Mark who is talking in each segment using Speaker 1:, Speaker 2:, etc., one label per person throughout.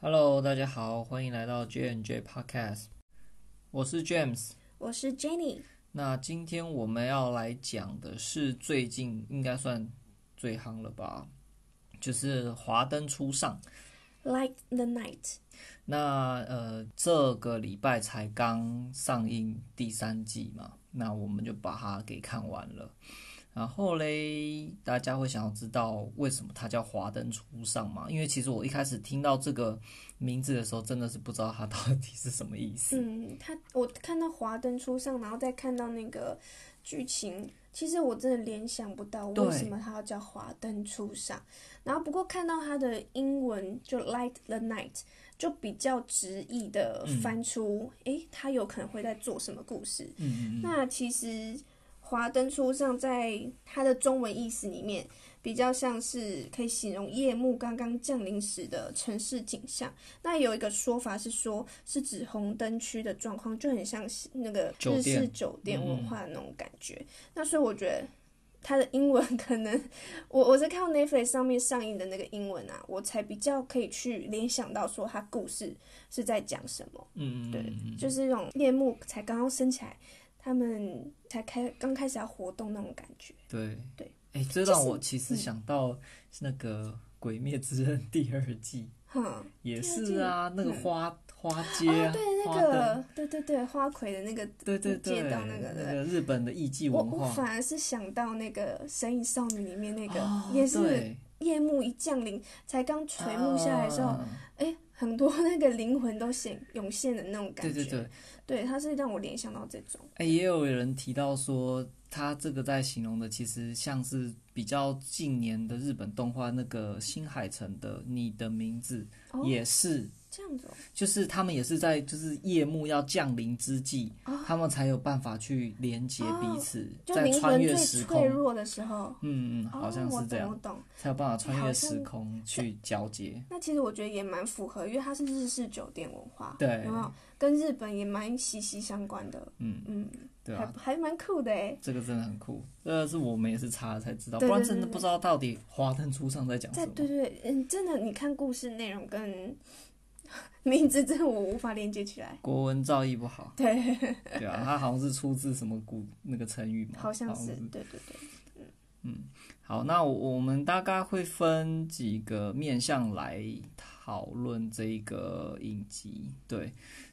Speaker 1: Hello，大家好，欢迎来到 J&J Podcast，我是 James。
Speaker 2: 我是 Jenny，
Speaker 1: 那今天我们要来讲的是最近应该算最夯了吧，就是《华灯初上》。
Speaker 2: Like the Night，
Speaker 1: 那呃，这个礼拜才刚上映第三季嘛，那我们就把它给看完了。然后嘞，大家会想要知道为什么它叫《华灯初上》嘛？因为其实我一开始听到这个名字的时候，真的是不知道它到底是什么意思。
Speaker 2: 嗯，他我看到华灯初上，然后再看到那个剧情，其实我真的联想不到
Speaker 1: 对
Speaker 2: 为什么他要叫华灯初上。然后不过看到他的英文就 Light the Night，就比较直译的翻出，诶、他有可能会在做什么故事？
Speaker 1: 嗯嗯嗯，
Speaker 2: 那其实《华灯初上》在它的中文意思里面，比较像是可以形容夜幕刚刚降临时的城市景象。那有一个说法是说，是指红灯区的状况，就很像是那个
Speaker 1: 酒
Speaker 2: 日
Speaker 1: 店嗯
Speaker 2: 式酒店文化的那种感觉。那所以我觉得。它的英文可能， 我我是看到 Netflix 上面上映的那个英文啊，我才比较可以去联想到说它故事是在讲什么。
Speaker 1: 嗯嗯嗯
Speaker 2: 对
Speaker 1: 嗯，
Speaker 2: 就是那种夜幕才刚刚升起来，他们才开刚开始要活动那种感觉。
Speaker 1: 对
Speaker 2: 对。
Speaker 1: 哎，这让我其实想到那个《鬼灭之刃》第二季，
Speaker 2: 哼，
Speaker 1: 也
Speaker 2: 第二
Speaker 1: 是
Speaker 2: 季
Speaker 1: 啊，那个
Speaker 2: 嗯
Speaker 1: 花花街
Speaker 2: 哦
Speaker 1: 啊，，
Speaker 2: 对，
Speaker 1: 花
Speaker 2: 那
Speaker 1: 灯，
Speaker 2: 个，对对对，花魁的那个，
Speaker 1: 对对对，
Speaker 2: 街道那个对
Speaker 1: 那个日本的艺伎
Speaker 2: 我
Speaker 1: 文
Speaker 2: 我
Speaker 1: 化，
Speaker 2: 反而是想到那个《神隐少女》里面那个，
Speaker 1: 哦
Speaker 2: 也是
Speaker 1: 对
Speaker 2: 夜幕一降临，才刚垂暮下来的时候，
Speaker 1: 啊
Speaker 2: 哎、很多那个灵魂都显涌现的那种感
Speaker 1: 对
Speaker 2: 觉。
Speaker 1: 对对，
Speaker 2: 对，它是让我联想到这种。
Speaker 1: 哎，也有人提到说，他这个在形容的其实像是比较近年的日本动画那个新海诚的《你的名字
Speaker 2: 哦》，
Speaker 1: 也是，
Speaker 2: 这样子哦，
Speaker 1: 就是他们也是在就是夜幕要降临之际，
Speaker 2: 哦
Speaker 1: 他们才有办法去连接彼此，
Speaker 2: 就
Speaker 1: 在
Speaker 2: 灵
Speaker 1: 穿
Speaker 2: 魂
Speaker 1: 越
Speaker 2: 最
Speaker 1: 时
Speaker 2: 脆
Speaker 1: 空。
Speaker 2: 弱的时候。
Speaker 1: 嗯嗯，好像
Speaker 2: 哦、
Speaker 1: 是
Speaker 2: 我
Speaker 1: 这
Speaker 2: 懂，我
Speaker 1: 样，
Speaker 2: 懂。
Speaker 1: 才有办法穿
Speaker 2: 好
Speaker 1: 越
Speaker 2: 像
Speaker 1: 时空去交接。
Speaker 2: 那其实我觉得也蛮符合，因为它是日式酒店文化，
Speaker 1: 对
Speaker 2: 有没有？跟日本也蛮息息相关的，
Speaker 1: 嗯，
Speaker 2: 嗯，
Speaker 1: 对
Speaker 2: 还
Speaker 1: 啊，
Speaker 2: 还蛮酷的哎。
Speaker 1: 这个真的很酷，这个是我们也是查了才知道，不
Speaker 2: 对
Speaker 1: 然
Speaker 2: 对
Speaker 1: 真的
Speaker 2: 对
Speaker 1: 不知道到底华灯初上在讲什
Speaker 2: 在
Speaker 1: 么。
Speaker 2: 对对，对嗯，真的，你看故事内容跟 名字，真的我无法连接起来。
Speaker 1: 国文造诣不好，
Speaker 2: 对，
Speaker 1: 对啊，它好像是出自什么古那个成语嘛，
Speaker 2: 好像是，
Speaker 1: 是
Speaker 2: 对对对，
Speaker 1: 好，那我我们大概会分几个面向来讨论这个影集。对，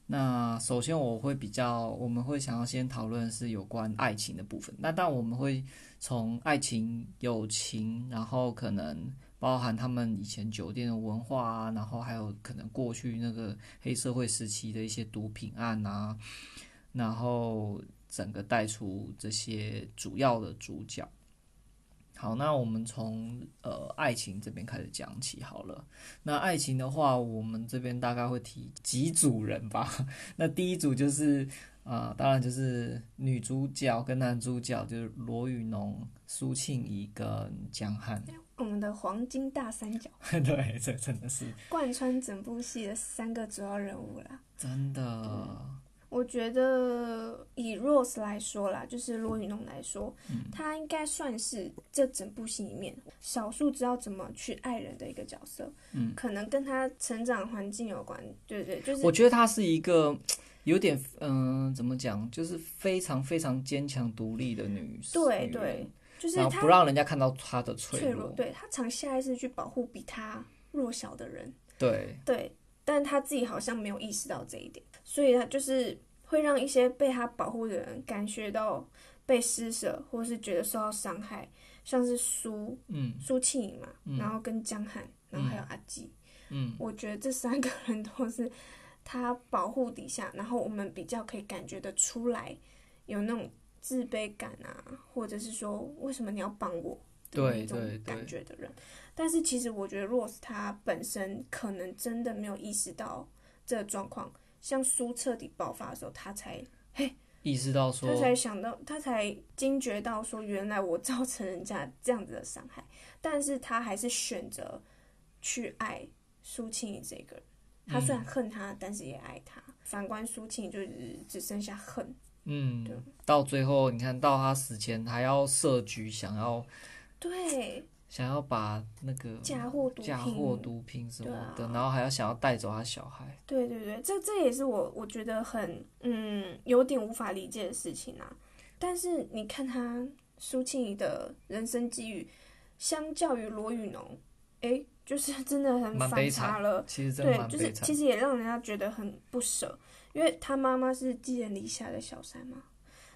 Speaker 1: 那首先我会比较，我们会想要先讨论的是有关爱情的部分。那但我们会从爱情、友情，然后可能包含他们以前酒店的文化啊，然后还有可能过去那个黑社会时期的一些毒品案啊，然后整个带出这些主要的主角。好，那我们从呃爱情这边开始讲起好了。那爱情的话，我们这边大概会提几组人吧。 那第一组就是啊、呃当然就是女主角跟男主角，就是罗宇农、苏庆仪跟江汉。
Speaker 2: 我们的黄金大三角
Speaker 1: 对，这真的是
Speaker 2: 贯穿整部戏的三个主要人物啦。
Speaker 1: 真的，
Speaker 2: 我觉得以 Rose 来说啦，就是罗宇农来说，
Speaker 1: 嗯
Speaker 2: 他应该算是这整部戏里面少数知道怎么去爱人的一个角色。
Speaker 1: 嗯，
Speaker 2: 可能跟他成长环境有关，对对，就是
Speaker 1: 我觉得他是一个有点嗯、怎么讲，就是非常非常坚强独立的女
Speaker 2: 对
Speaker 1: 女人
Speaker 2: 对，就是
Speaker 1: 然后
Speaker 2: 他
Speaker 1: 不让人家看到她的脆
Speaker 2: 脆弱，对他常下意识去保护比他弱小的人，
Speaker 1: 对
Speaker 2: 对，但他自己好像没有意识到这一点，所以他就是会让一些被他保护的人感觉到被施舍，或是觉得受到伤害，像是苏
Speaker 1: 嗯
Speaker 2: 苏庆颖嘛，
Speaker 1: 嗯
Speaker 2: 然后跟江汉，然后还有阿基，
Speaker 1: 嗯。
Speaker 2: 我觉得这三个人都是他保护底下，然后我们比较可以感觉得出来有那种自卑感啊，或者是说为什么你要帮我的
Speaker 1: 对
Speaker 2: 那种
Speaker 1: 对对
Speaker 2: 感觉的人。但是其实我觉得 Rose 他本身可能真的没有意识到这个状况，像苏彻底爆发的时候，他才
Speaker 1: 意识到说
Speaker 2: 他，才想到，他才惊觉到说，原来我造成人家这样子的伤害，但是他还是选择去爱苏庆怡这个人。他虽然恨他，但是也爱他。反观苏庆怡，就是只剩下恨。对
Speaker 1: 嗯，到最后你看到他死前还要设局，想要
Speaker 2: 对，
Speaker 1: 想要把那个
Speaker 2: 嫁祸毒
Speaker 1: 嫁
Speaker 2: 品
Speaker 1: 祸毒品什么的，
Speaker 2: 对啊
Speaker 1: 然后还要想要带走他小孩，
Speaker 2: 对对对，这这也是我我觉得很嗯有点无法理解的事情啊。但是你看他苏庆怡的人生际遇，相较于罗宇农，诶，就是真的很
Speaker 1: 蛮悲
Speaker 2: 反
Speaker 1: 惨
Speaker 2: 差了。
Speaker 1: 其实真的
Speaker 2: 对，
Speaker 1: 蛮
Speaker 2: 就是
Speaker 1: 悲惨
Speaker 2: 其。实也让人家觉得很不舍，因为他妈妈是寄人篱下的小三嘛，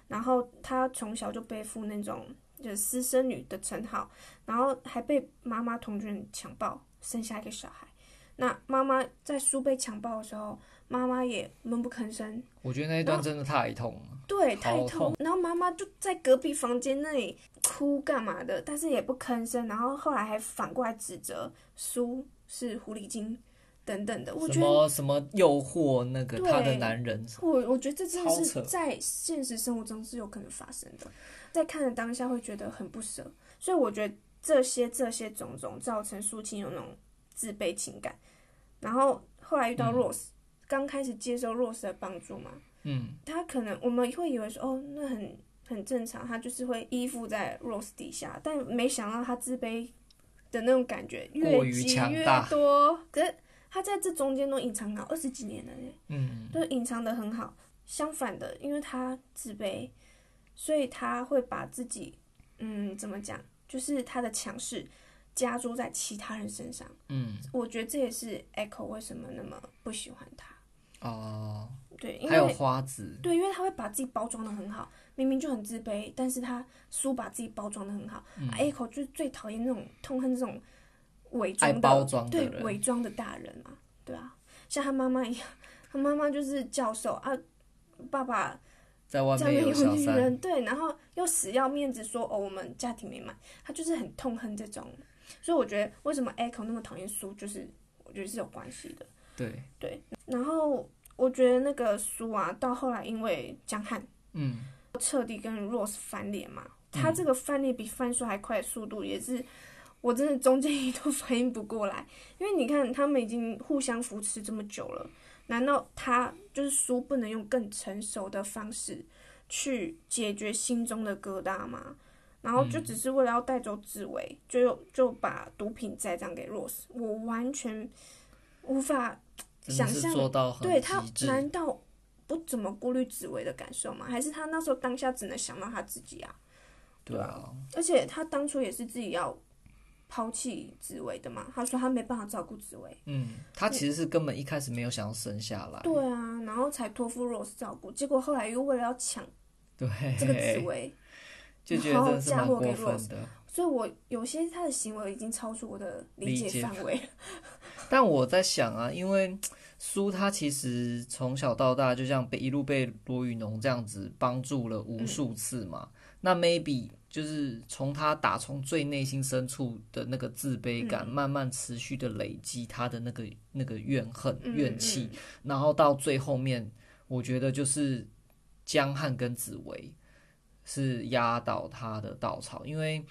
Speaker 2: 然后他从小就背负那种就是私生女的称号，然后还被妈妈同居人强暴，生下一个小孩。那妈妈在苏被强暴的时候，妈妈也闷不吭声，
Speaker 1: 我觉得那一段真的太痛了。
Speaker 2: 对，太
Speaker 1: 好
Speaker 2: 痛
Speaker 1: 痛。
Speaker 2: 然后妈妈就在隔壁房间那里哭干嘛的，但是也不吭声。然后后来还反过来指责苏是狐狸精等等的，我
Speaker 1: 什
Speaker 2: 觉得
Speaker 1: 么什么诱惑那个
Speaker 2: 对
Speaker 1: 他的男人，
Speaker 2: 我我觉得这真的
Speaker 1: 超
Speaker 2: 是
Speaker 1: 扯
Speaker 2: 在现实生活中是有可能发生的，在看的当下会觉得很不舍，所以我觉得这些这些种种造成苏青有那种自卑情感，然后后来遇到 Rose，、刚开始接受 Rose 的帮助嘛，
Speaker 1: 嗯，
Speaker 2: 他可能我们会以为说哦，那很很正常，他就是会依附在 Rose 底下，但没想到他自卑的那种感觉
Speaker 1: 过
Speaker 2: 越
Speaker 1: 于
Speaker 2: 积
Speaker 1: 强
Speaker 2: 越
Speaker 1: 大
Speaker 2: 多，可是他在这中间都隐藏了二十几年了耶。
Speaker 1: 嗯，
Speaker 2: 都隐藏的很好。相反的，因为他自卑，所以他会把自己，嗯，怎么讲，就是他的强势加诸在其他人身上。
Speaker 1: 嗯，
Speaker 2: 我觉得这也是 Echo 为什么那么不喜欢他。
Speaker 1: 哦，
Speaker 2: 对，因
Speaker 1: 还有
Speaker 2: 为
Speaker 1: 花子，
Speaker 2: 对，因为他会把自己包装的很好，明明就很自卑，但是他苏把自己包装的很好。
Speaker 1: 嗯
Speaker 2: 啊 Echo 就是最讨厌那种痛恨这种伪
Speaker 1: 爱
Speaker 2: 装的
Speaker 1: 包装的
Speaker 2: 对
Speaker 1: 人，
Speaker 2: 伪装的大人嘛，对啊，像他妈妈一样，他妈妈就是教授啊，爸爸
Speaker 1: 在外
Speaker 2: 家
Speaker 1: 面
Speaker 2: 里
Speaker 1: 有
Speaker 2: 有
Speaker 1: 小
Speaker 2: 女
Speaker 1: 三，
Speaker 2: 人，对，然后又死要面子说哦，我们家庭美满，他就是很痛恨这种，所以我觉得为什么 Echo 那么讨厌苏，就是我觉得是有关系的。
Speaker 1: 对，
Speaker 2: 然后我觉得那个苏啊，到后来因为江汉
Speaker 1: 嗯，
Speaker 2: 彻底跟 Rose 翻脸嘛，他这个翻脸比翻书还快的速度也是，我真的中间一度 反应不过来，因为你看他们已经互相扶持这么久了，难道他就是书不能用更成熟的方式去解决心中的疙瘩吗？然后就
Speaker 1: 嗯
Speaker 2: 只是为了要带走紫薇，就就把毒品栽赃给 Rose，我完全无法
Speaker 1: 真的
Speaker 2: 想
Speaker 1: 是
Speaker 2: 象
Speaker 1: 做到很
Speaker 2: 对他
Speaker 1: 极致，
Speaker 2: 难道不怎么顾虑紫薇的感受吗？还是他那时候当下只能想到他自己啊？
Speaker 1: 对啊，
Speaker 2: 而且他当初也是自己要抛弃紫薇的嘛，他说他没办法照顾紫薇，
Speaker 1: 嗯，他其实是根本一开始没有想要生下来，
Speaker 2: 对啊，然后才托付 Rose 照顾，结果后来又为了要抢这个紫
Speaker 1: 对，
Speaker 2: 薇，
Speaker 1: 就觉得真的是蛮
Speaker 2: 然后嫁祸给
Speaker 1: 过分的。
Speaker 2: 所以我有些他的行为已经超出我的理
Speaker 1: 理
Speaker 2: 解
Speaker 1: 解
Speaker 2: 范围了。
Speaker 1: 但我在想啊，因为苏他其实从小到大就像被一路被罗宇农这样子帮助了无数次嘛，
Speaker 2: 嗯
Speaker 1: 那 maybe 就是从他打从最内心深处的那个自卑
Speaker 2: 嗯
Speaker 1: 感，慢慢持续的累积他的那个那个怨恨
Speaker 2: 嗯
Speaker 1: 怨气，然后到最后面，我觉得就是江汉跟紫薇是压倒他的稻草，因为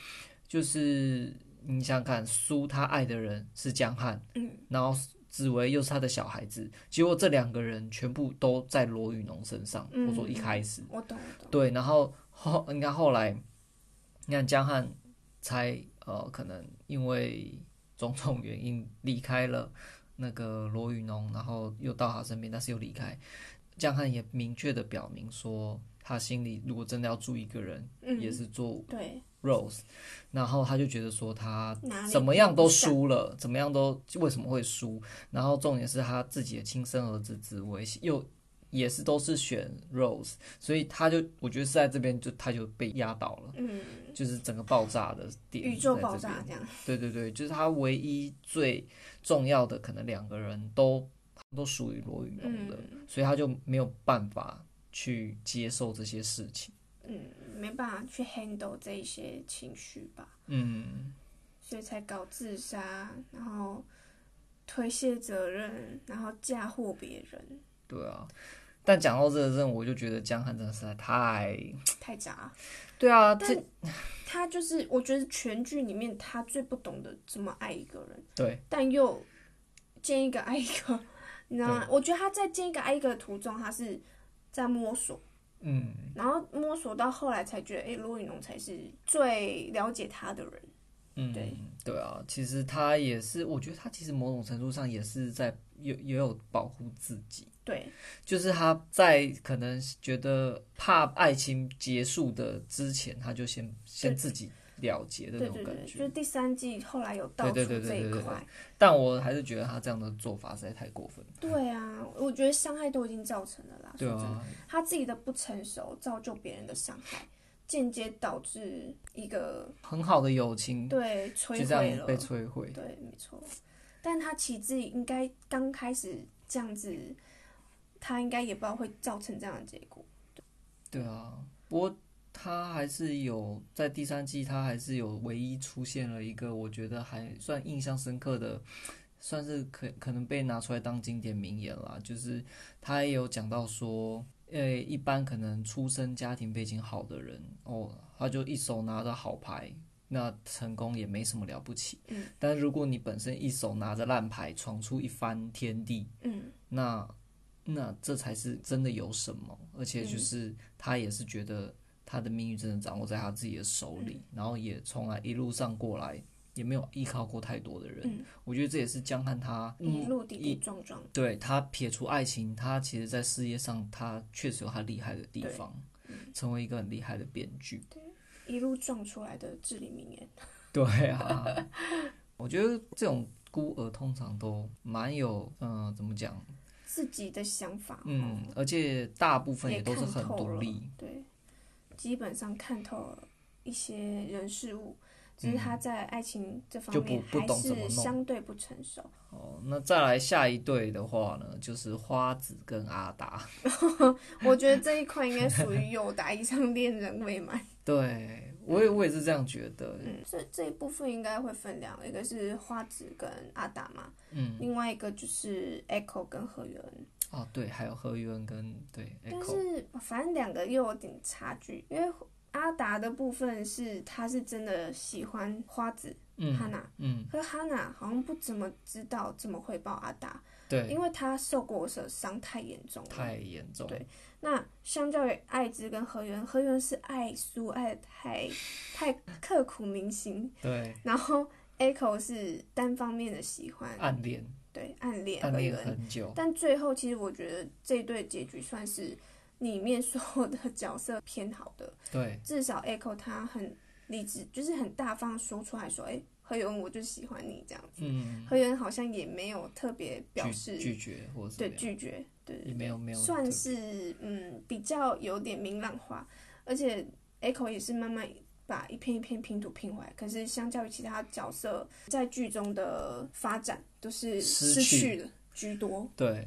Speaker 1: 就是你想想看，苏他爱的人是江汉。
Speaker 2: 嗯，
Speaker 1: 然后紫薇又是他的小孩子，结果这两个人全部都在罗宇农身上。
Speaker 2: 嗯
Speaker 1: 我说一开始
Speaker 2: 我懂，我懂。
Speaker 1: 对，然后后你看后来，你看江汉才呃可能因为种种原因离开了那个罗宇农，然后又到他身边，但是又离开。江汉也明确的表明说，他心里如果真的要住一个人，
Speaker 2: 嗯，
Speaker 1: 也是做
Speaker 2: 对，
Speaker 1: Rose，然后他就觉得说他
Speaker 2: 哪里
Speaker 1: 怎么样都
Speaker 2: 不
Speaker 1: 输了，怎么样都为什么会输？然后重点是他自己的亲生儿子紫薇又也是都是选 Rose，所以他就我觉得是在这边就他就被压倒了，
Speaker 2: 嗯，
Speaker 1: 就是整个爆炸的点
Speaker 2: 宇宙
Speaker 1: 在
Speaker 2: 爆
Speaker 1: 这边
Speaker 2: 炸这样。
Speaker 1: 对对对，就是他唯一最重要的可能两个人都都属于罗宇农的，
Speaker 2: 嗯
Speaker 1: 所以他就没有办法去接受这些事情。
Speaker 2: 嗯，没办法去 handle 这一些情绪吧。
Speaker 1: 嗯。
Speaker 2: 所以才搞自杀，然后推卸责任，然后嫁祸别人，
Speaker 1: 对啊，但讲到这个任务，我就觉得江汉真的实在太……
Speaker 2: 太渣。
Speaker 1: 对啊，
Speaker 2: 但
Speaker 1: 这
Speaker 2: 他就是，我觉得全剧里面他最不懂得怎么爱一个人，
Speaker 1: 对
Speaker 2: 但又见一个爱一个，你知道吗？我觉得他在见一个爱一个的途中，他是在摸索，
Speaker 1: 嗯，
Speaker 2: 然后摸索到后来才觉得，哎、罗宇农才是最了解他的人。
Speaker 1: 嗯，
Speaker 2: 对
Speaker 1: 对啊，其实他也是，我觉得他其实某种程度上也是在也也有保护自己，
Speaker 2: 对
Speaker 1: 就是他在可能觉得怕爱情结束的之前，他就先先自己了结的那
Speaker 2: 对
Speaker 1: 种
Speaker 2: 对
Speaker 1: 感
Speaker 2: 对，
Speaker 1: 觉。
Speaker 2: 就是第三季后来有道出
Speaker 1: 对对对
Speaker 2: 这
Speaker 1: 对
Speaker 2: 一
Speaker 1: 对对
Speaker 2: 块。
Speaker 1: 但我还是觉得他这样的做法实在太过分了。
Speaker 2: 对啊，我觉得伤害都已经造成了啦。
Speaker 1: 对
Speaker 2: 说真的
Speaker 1: 啊，
Speaker 2: 他自己的不成熟造就别人的伤害，间接导致一个
Speaker 1: 很好的友情就
Speaker 2: 对摧
Speaker 1: 这
Speaker 2: 毁
Speaker 1: 样
Speaker 2: 了。
Speaker 1: 被摧毁。
Speaker 2: 对，没错。但他其实自己应该刚开始这样子，他应该也不知道会造成这样的结果。
Speaker 1: 对啊，不过他还是有在第三季，他还是有唯一出现了一个我觉得还算印象深刻的，算是可可能被拿出来当经典名言啦。就是他也有讲到说，呃，一般可能出身家庭背景好的人，哦，他就一手拿着好牌。那成功也没什么了不起，
Speaker 2: 嗯
Speaker 1: 但如果你本身一手拿着烂牌，闯出一番天地，
Speaker 2: 嗯，
Speaker 1: 那那这才是真的有什么，而且
Speaker 2: 嗯
Speaker 1: 就是他也是觉得他的命运真的掌握在他自己的手里，
Speaker 2: 嗯
Speaker 1: 然后也从来一路上过来也没有依靠过太多的人，
Speaker 2: 嗯
Speaker 1: 我觉得这也是江汉他
Speaker 2: 一路跌
Speaker 1: 嗯
Speaker 2: 跌
Speaker 1: 一
Speaker 2: 撞撞。
Speaker 1: 对他撇除爱情，他其实在事业上他确实有他厉害的地方，成为一个很厉害的编剧。
Speaker 2: 一路撞出来的至理名言，
Speaker 1: 对啊，我觉得这种孤儿通常都蛮有，嗯、怎么讲？
Speaker 2: 自己的想法，
Speaker 1: 嗯
Speaker 2: 哦，
Speaker 1: 而且大部分
Speaker 2: 也
Speaker 1: 也都是
Speaker 2: 看
Speaker 1: 很
Speaker 2: 透
Speaker 1: 独
Speaker 2: 了
Speaker 1: 立，
Speaker 2: 对，基本上看透了一些人事物，只是他在爱情这
Speaker 1: 嗯
Speaker 2: 方
Speaker 1: 就
Speaker 2: 面
Speaker 1: 不不
Speaker 2: 还
Speaker 1: 懂怎么
Speaker 2: 是
Speaker 1: 弄
Speaker 2: 相对不成熟。
Speaker 1: 哦，那再来下一对的话呢，就是花子跟阿达。
Speaker 2: 我觉得这一块应该属于有达以上恋人 未满。
Speaker 1: 对我也我也是这样觉得。
Speaker 2: 嗯，这这一部分应该会分两个，一个是花子跟阿达嘛，
Speaker 1: 嗯，
Speaker 2: 另外一个就是 Echo 跟何元恩。
Speaker 1: 哦，对，还有何玉恩跟对
Speaker 2: 但
Speaker 1: Echo，
Speaker 2: 是反正两个又有点差距，因为阿达的部分是他是真的喜欢花子哈
Speaker 1: 嗯
Speaker 2: 娜，
Speaker 1: 嗯，
Speaker 2: 可是哈娜好像不怎么知道怎么汇报阿达，
Speaker 1: 对，
Speaker 2: 因为他受过的伤太严重了。
Speaker 1: 太严重。
Speaker 2: 对那相较于爱之跟何源，何源是爱苏爱得太太刻骨铭心，
Speaker 1: 对，
Speaker 2: 然后 Echo 是单方面的喜欢，
Speaker 1: 暗恋
Speaker 2: 对暗恋
Speaker 1: 暗
Speaker 2: 何
Speaker 1: 恋
Speaker 2: 源。
Speaker 1: 很久。
Speaker 2: 但最后其实我觉得这一对结局算是里面所有的角色偏好的，
Speaker 1: 对
Speaker 2: 至少 Echo 他很理智，就是很大方地说出来说，哎、何源我就喜欢你这样子。
Speaker 1: 嗯，
Speaker 2: 何源好像也没有特别表
Speaker 1: 拒
Speaker 2: 示
Speaker 1: 拒绝或者
Speaker 2: 对
Speaker 1: 怎么样
Speaker 2: 拒绝，对对
Speaker 1: 也没有
Speaker 2: 对
Speaker 1: 没有特
Speaker 2: 算
Speaker 1: 别
Speaker 2: 是嗯比较有点明朗化，而且 Echo 也是慢慢把一片一片拼图拼回来。可是相较于其他角色在剧中的发展，都是
Speaker 1: 失
Speaker 2: 失
Speaker 1: 去
Speaker 2: 去的居多。
Speaker 1: 对。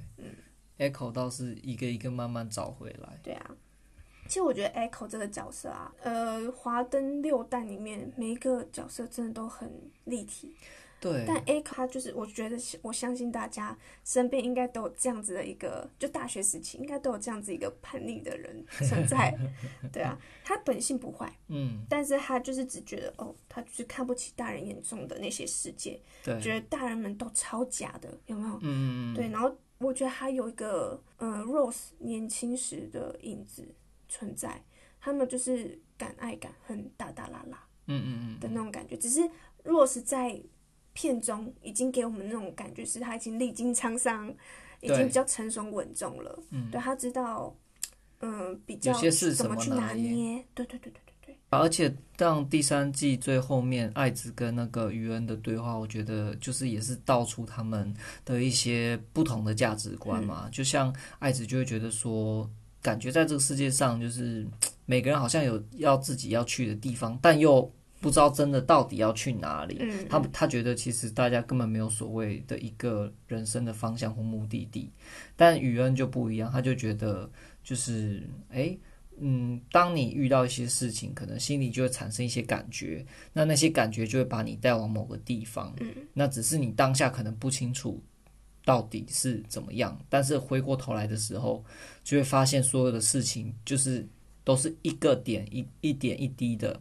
Speaker 1: Echo
Speaker 2: 嗯
Speaker 1: 倒是一个一个慢慢找回来。
Speaker 2: 对啊，其实我觉得 Echo 这个角色啊，呃，《华灯六弹》里面每一个角色真的都很立体，
Speaker 1: 对，
Speaker 2: 但 Echo 他就是，我觉得我相信大家身边应该都有这样子的一个，就大学时期应该都有这样子一个叛逆的人 存在，对啊，他本性不坏，
Speaker 1: 嗯，
Speaker 2: 但是他就是只觉得哦，他就是看不起大人眼中的那些世界，
Speaker 1: 对，
Speaker 2: 觉得大人们都超假的，有没有？
Speaker 1: 嗯，
Speaker 2: 对，然后我觉得还有一个，嗯、r o s e 年轻时的影子存在，他们就是敢爱敢恨、大大啦啦
Speaker 1: 嗯嗯
Speaker 2: 的
Speaker 1: 嗯，
Speaker 2: 那种感觉。只是 Rose 在片中已经给我们那种感觉，是他已经历经沧桑，已经
Speaker 1: 对
Speaker 2: 比较成熟稳重了。
Speaker 1: 嗯
Speaker 2: 对，他知道，嗯、比较
Speaker 1: 有些事
Speaker 2: 怎么去
Speaker 1: 怎么拿
Speaker 2: 拿
Speaker 1: 捏
Speaker 2: 捏。对对对对对对，
Speaker 1: 而且让第三季最后面爱子跟那个余恩的对话，我觉得就是也是道出他们的一些不同的价值观嘛。就像爱子就会觉得说，感觉在这个世界上，就是嘖每个人好像有要自己要去的地方，但又不知道真的到底要去哪里。
Speaker 2: 嗯，
Speaker 1: 他他觉得其实大家根本没有所谓的一个人生的方向或目的地，但宇恩就不一样，他就觉得就是诶，嗯，当你遇到一些事情，可能心里就会产生一些感觉，那那些感觉就会把你带往某个地方，那只是你当下可能不清楚到底是怎么样，但是回过头来的时候，就会发现所有的事情就是都是一个点一一点一滴的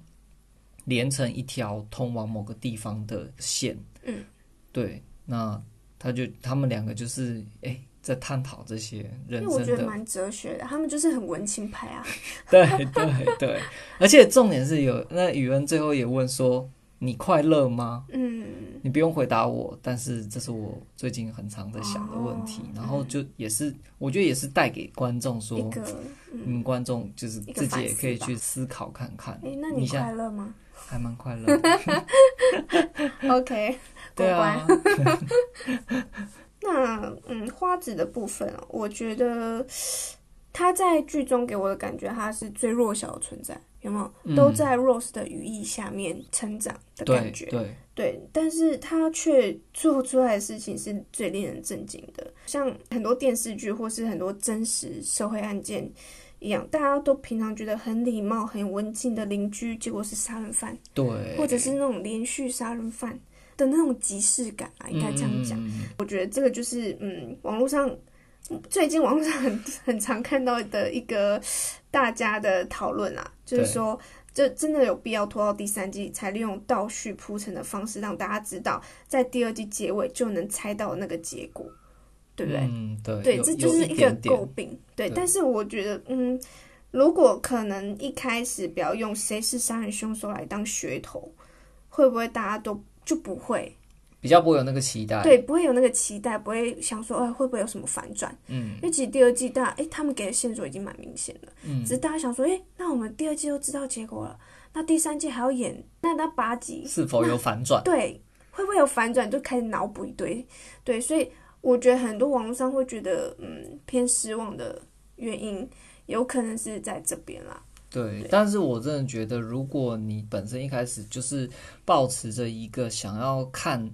Speaker 1: 连成一条通往某个地方的线。
Speaker 2: 嗯，
Speaker 1: 对，那他就他们两个就是哎、诶在探讨这些
Speaker 2: 因
Speaker 1: 人
Speaker 2: 为我
Speaker 1: 生
Speaker 2: 觉得
Speaker 1: 的，
Speaker 2: 蛮哲学的，他们就是很文青派啊。
Speaker 1: 对对对，而且重点是有那宇文最后也问说。你快乐吗？
Speaker 2: 嗯
Speaker 1: 你不用回答我，但是这是我最近很常在想的问题。
Speaker 2: 哦
Speaker 1: 然后就也是，我觉得也是带给观众说，
Speaker 2: 一个嗯，
Speaker 1: 嗯，观众就是
Speaker 2: 一个
Speaker 1: 自己也
Speaker 2: 反思
Speaker 1: 可以
Speaker 2: 吧
Speaker 1: 去思考看看。
Speaker 2: 哎、那
Speaker 1: 你
Speaker 2: 你
Speaker 1: 现在
Speaker 2: 快乐吗
Speaker 1: 还蛮快乐 的，
Speaker 2: ？OK，
Speaker 1: 对
Speaker 2: 过关
Speaker 1: 啊，
Speaker 2: 那嗯，花子的部分、哦，我觉得他在剧中给我的感觉，他是最弱小的存在，有没有？
Speaker 1: 嗯
Speaker 2: 都在 Rose 的羽翼下面成长的
Speaker 1: 对
Speaker 2: 感觉，
Speaker 1: 对，
Speaker 2: 对，但是他却做出来的事情是最令人震惊的，像很多电视剧或是很多真实社会案件一样，大家都平常觉得很礼貌、很文静的邻居，结果是杀人犯，
Speaker 1: 对，
Speaker 2: 或者是那种连续杀人犯的那种即视感啊，应该这样讲。
Speaker 1: 嗯，嗯嗯
Speaker 2: 我觉得这个就是嗯，网络上嗯最近网络上很 很常看到的一个大家的讨论啊，就是
Speaker 1: 对
Speaker 2: 说。这真的有必要拖到第三季，才利用倒叙铺陈的方式让大家知道，在第二季结尾就能猜到那个结果，对不对？
Speaker 1: 嗯，对，
Speaker 2: 对，
Speaker 1: 有
Speaker 2: 这就
Speaker 1: 有
Speaker 2: 是
Speaker 1: 一
Speaker 2: 个
Speaker 1: 点点
Speaker 2: 诟病。对，
Speaker 1: 对
Speaker 2: 但是我觉得，嗯，如果可能一开始不要用谁是杀人凶手来当噱头，会不会大家都就不会
Speaker 1: 比较不会有那个期待，
Speaker 2: 对，不会有那个期待，不会想说，哎，会不会有什么反转？
Speaker 1: 嗯
Speaker 2: 因为其实第二季大家，哎，他们给的线索已经蛮明显了，
Speaker 1: 嗯
Speaker 2: 只是大家想说，哎，那我们第二季都知道结果了，那第三季还要演，那那八集，
Speaker 1: 是否有反转？
Speaker 2: 对，会不会有反转？就开始脑补一堆，对，所以我觉得很多网络上会觉得，嗯，偏失望的原因，有可能是在这边啦。
Speaker 1: 对
Speaker 2: 嗯对，
Speaker 1: 但是我真的觉得，如果你本身一开始就是抱持着一个想要看，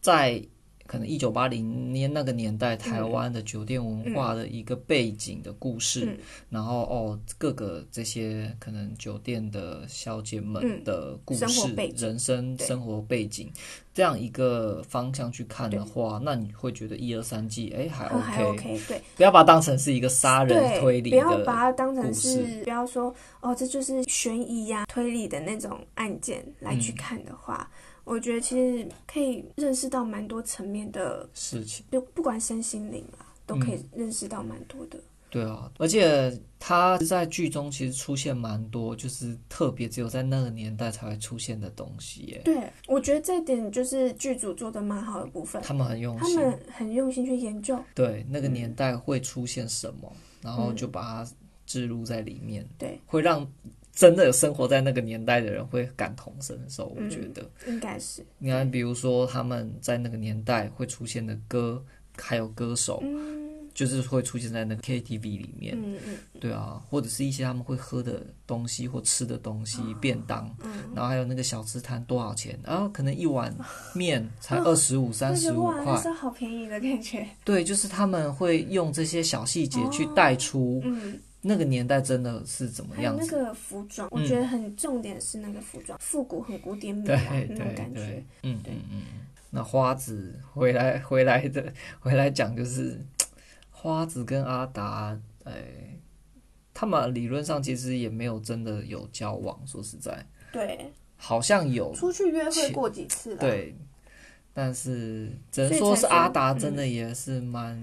Speaker 1: 在可
Speaker 2: 嗯
Speaker 1: 能一九八零年那个年代台湾的酒店文化的一个背景的故事，
Speaker 2: 嗯
Speaker 1: 然后哦各个这些可能酒店的小姐们
Speaker 2: 嗯
Speaker 1: 的故事、
Speaker 2: 生活背景
Speaker 1: 人生、
Speaker 2: 对
Speaker 1: 生活背景这样一个方向去看的
Speaker 2: 对
Speaker 1: 话，那你会觉得一二三季哎还
Speaker 2: 嗯还
Speaker 1: OK，
Speaker 2: OK，对，
Speaker 1: 不要把它当成是一个杀人
Speaker 2: 对，
Speaker 1: 推理
Speaker 2: 不要把
Speaker 1: 的。
Speaker 2: 它当成
Speaker 1: 故
Speaker 2: 是不要说哦，这就是悬疑呀、推理的那种案件来
Speaker 1: 嗯
Speaker 2: 去看的话，我觉得其实可以认识到蛮多层面的，
Speaker 1: 事情。
Speaker 2: 就不管身心灵啊，都可以
Speaker 1: 嗯
Speaker 2: 认识到蛮多的。
Speaker 1: 对啊，而且他在剧中其实出现蛮多，就是特别只有在那个年代才会出现的东西耶。
Speaker 2: 对，我觉得这一点就是剧组做的蛮好的部分，
Speaker 1: 他们很用
Speaker 2: 他
Speaker 1: 心，
Speaker 2: 们嗯很用心去研究。
Speaker 1: 对那个年代会出现什么，然后就把它置入在里面，
Speaker 2: 嗯对，
Speaker 1: 会让真的有生活在那个年代的人会感同身受。我
Speaker 2: 嗯
Speaker 1: 觉得，
Speaker 2: 应该是，
Speaker 1: 你看，比如说他们在那个年代会出现的歌，还有歌手，
Speaker 2: 嗯
Speaker 1: 就是会出现在那个 KTV 里面。
Speaker 2: 嗯嗯
Speaker 1: 对啊，或者是一些他们会喝的东西或吃的东西，便当，
Speaker 2: 嗯，
Speaker 1: 然后还有那个小吃摊多少钱？然后可能一碗面 才二十五、
Speaker 2: 我
Speaker 1: 三
Speaker 2: 觉
Speaker 1: 十
Speaker 2: 得
Speaker 1: 五
Speaker 2: 哇，那
Speaker 1: 块
Speaker 2: 时。候好便宜的 感觉。
Speaker 1: 对，就是他们会用这些小细节去带出
Speaker 2: 嗯，
Speaker 1: 那个年代真的是怎么
Speaker 2: 还有
Speaker 1: 样
Speaker 2: 那
Speaker 1: 子。嗯
Speaker 2: 个服装，我觉得很重点是那个服装，复古很古典美
Speaker 1: 对
Speaker 2: 啊那
Speaker 1: 对
Speaker 2: 种感觉
Speaker 1: 对。，嗯
Speaker 2: 对
Speaker 1: 嗯嗯。那花子回来回来的回来讲就是，花子跟阿达，哎，他们理论上其实也没有真的有交往，说实在，
Speaker 2: 对，
Speaker 1: 好像有
Speaker 2: 出去约会
Speaker 1: 切
Speaker 2: 过几次了。，
Speaker 1: 对，但是只能
Speaker 2: 所以
Speaker 1: 说
Speaker 2: 才
Speaker 1: 是阿
Speaker 2: 说
Speaker 1: 达
Speaker 2: 嗯
Speaker 1: 真的也是蛮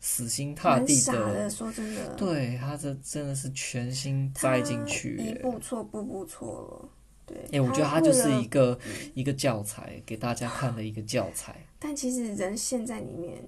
Speaker 1: 死心塌
Speaker 2: 蛮
Speaker 1: 地
Speaker 2: 傻的，说真的。，
Speaker 1: 对他这真的是全心栽进去
Speaker 2: 一
Speaker 1: 耶。
Speaker 2: 步错步步错了。
Speaker 1: 哎、
Speaker 2: 对，
Speaker 1: 我觉得他就是
Speaker 2: 为了嗯
Speaker 1: 一个一个教材，给大家看的一个教材。
Speaker 2: 但其实人陷在里面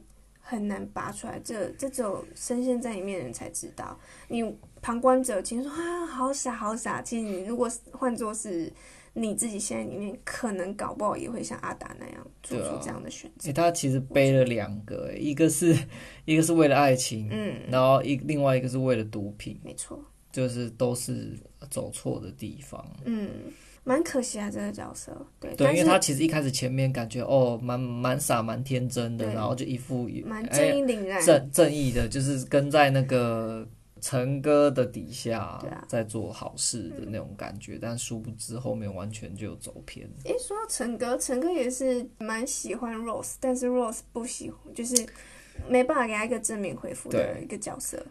Speaker 2: 很难拔出来，这这只有深陷在里面的人才知道。你旁观者听说啊，好傻好傻。其实你如果换作是你自己陷在里面，可能搞不好也会像阿达那样做
Speaker 1: 对
Speaker 2: 出
Speaker 1: 啊
Speaker 2: 这样的选
Speaker 1: 哎、
Speaker 2: 择。
Speaker 1: 他其实背了两个耶，一个是一个是为了爱情，
Speaker 2: 嗯，
Speaker 1: 然后一另外一个是为了毒品，
Speaker 2: 没错，
Speaker 1: 就是都是走错的地方。
Speaker 2: 嗯，蛮可惜啊，这个角色。对，
Speaker 1: 对，
Speaker 2: 但
Speaker 1: 因为
Speaker 2: 是
Speaker 1: 他其实一开始前面感觉哦，蛮蛮傻蛮天真的，
Speaker 2: 对
Speaker 1: 然后就一副
Speaker 2: 蛮
Speaker 1: 哎
Speaker 2: 正义凛然。
Speaker 1: 正正义的，就是跟在那个陈哥的底下
Speaker 2: 对啊，
Speaker 1: 在做好事的那种感觉，但殊不知后面完全就走偏。
Speaker 2: 诶、说到陈哥，陈哥也是蛮喜欢 Rose，但是 Rose 不喜欢，就是没办法给他一个正面回复的
Speaker 1: 对
Speaker 2: 一个角色。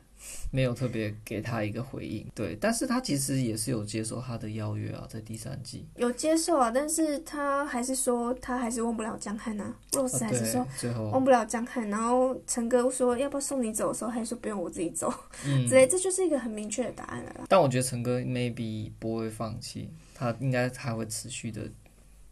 Speaker 1: 没有特别给他一个回应，对，但是他其实也是有接受他的邀约啊，在第三季，
Speaker 2: 有接受啊，但是他还是说他还是忘不了江汉啊。Rose
Speaker 1: 啊、
Speaker 2: 还是说
Speaker 1: 对，最后
Speaker 2: 忘不了江汉，然后陈哥说要不要送你走的时候，还说不用我自己走、
Speaker 1: 嗯
Speaker 2: 之，类，这就是一个很明确的答案了啦。
Speaker 1: 但我觉得陈哥 maybe 不会放弃，他应该还会持续的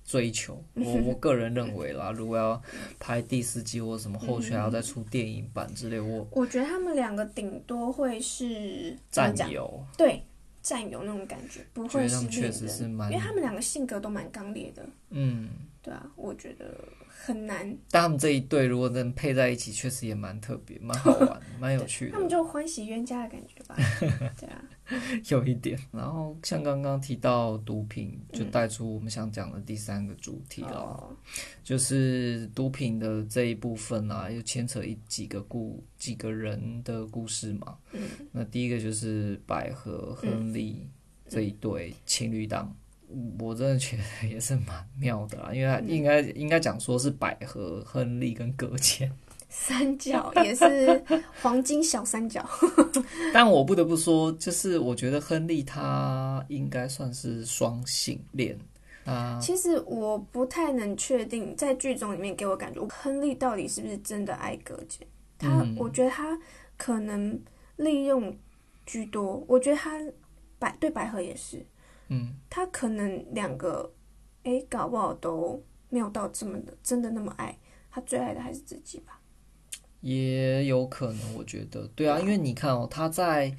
Speaker 1: 追 求。我我个人认为啦，如果要拍第四季或什么，
Speaker 2: 嗯
Speaker 1: 后续还要再出电影版之类，我
Speaker 2: 我觉得他们两个顶多会是怎么
Speaker 1: 占
Speaker 2: 讲
Speaker 1: 有，
Speaker 2: 对占有那种感觉，不
Speaker 1: 觉
Speaker 2: 会
Speaker 1: 得
Speaker 2: 是
Speaker 1: 他们
Speaker 2: 恋
Speaker 1: 确实是
Speaker 2: 人，
Speaker 1: 蛮
Speaker 2: 因为他们两个性格都蛮刚烈的，
Speaker 1: 嗯。
Speaker 2: 对啊，我觉得很难，
Speaker 1: 但他们这一对如果能配在一起，确实也蛮特别，蛮好玩，蛮有趣的
Speaker 2: 他。们就欢喜冤家的感 觉吧， 对啊，
Speaker 1: 有一点。然后像刚刚提到毒品，就带出我们想讲的第三个主题了，
Speaker 2: 嗯哦，
Speaker 1: 就是毒品的这一部分啊，又牵扯一几个故几个人的故事嘛。
Speaker 2: 嗯
Speaker 1: 那第一个就是百合、
Speaker 2: 嗯
Speaker 1: 亨利这一对情侣档。我真的觉得也是蛮妙的啊啦，因为
Speaker 2: 嗯
Speaker 1: 他应该、应该讲说是百合、亨利跟葛芊，
Speaker 2: 三角也是黄金小 三角，
Speaker 1: 但我不得不说，就是我觉得亨利他应该算是双性恋，他
Speaker 2: 其实我不太能确定，在剧中里面给我感觉，亨利到底是不是真的爱葛姐？他，
Speaker 1: 嗯
Speaker 2: 我觉得他可能利用居多。我觉得他百对百合也是，
Speaker 1: 嗯，
Speaker 2: 他可能两个，哎，搞不好都没有到这么的真的那么爱。他最爱的还是自己吧。
Speaker 1: 也有可能，我觉得对啊，因为你看哦，他在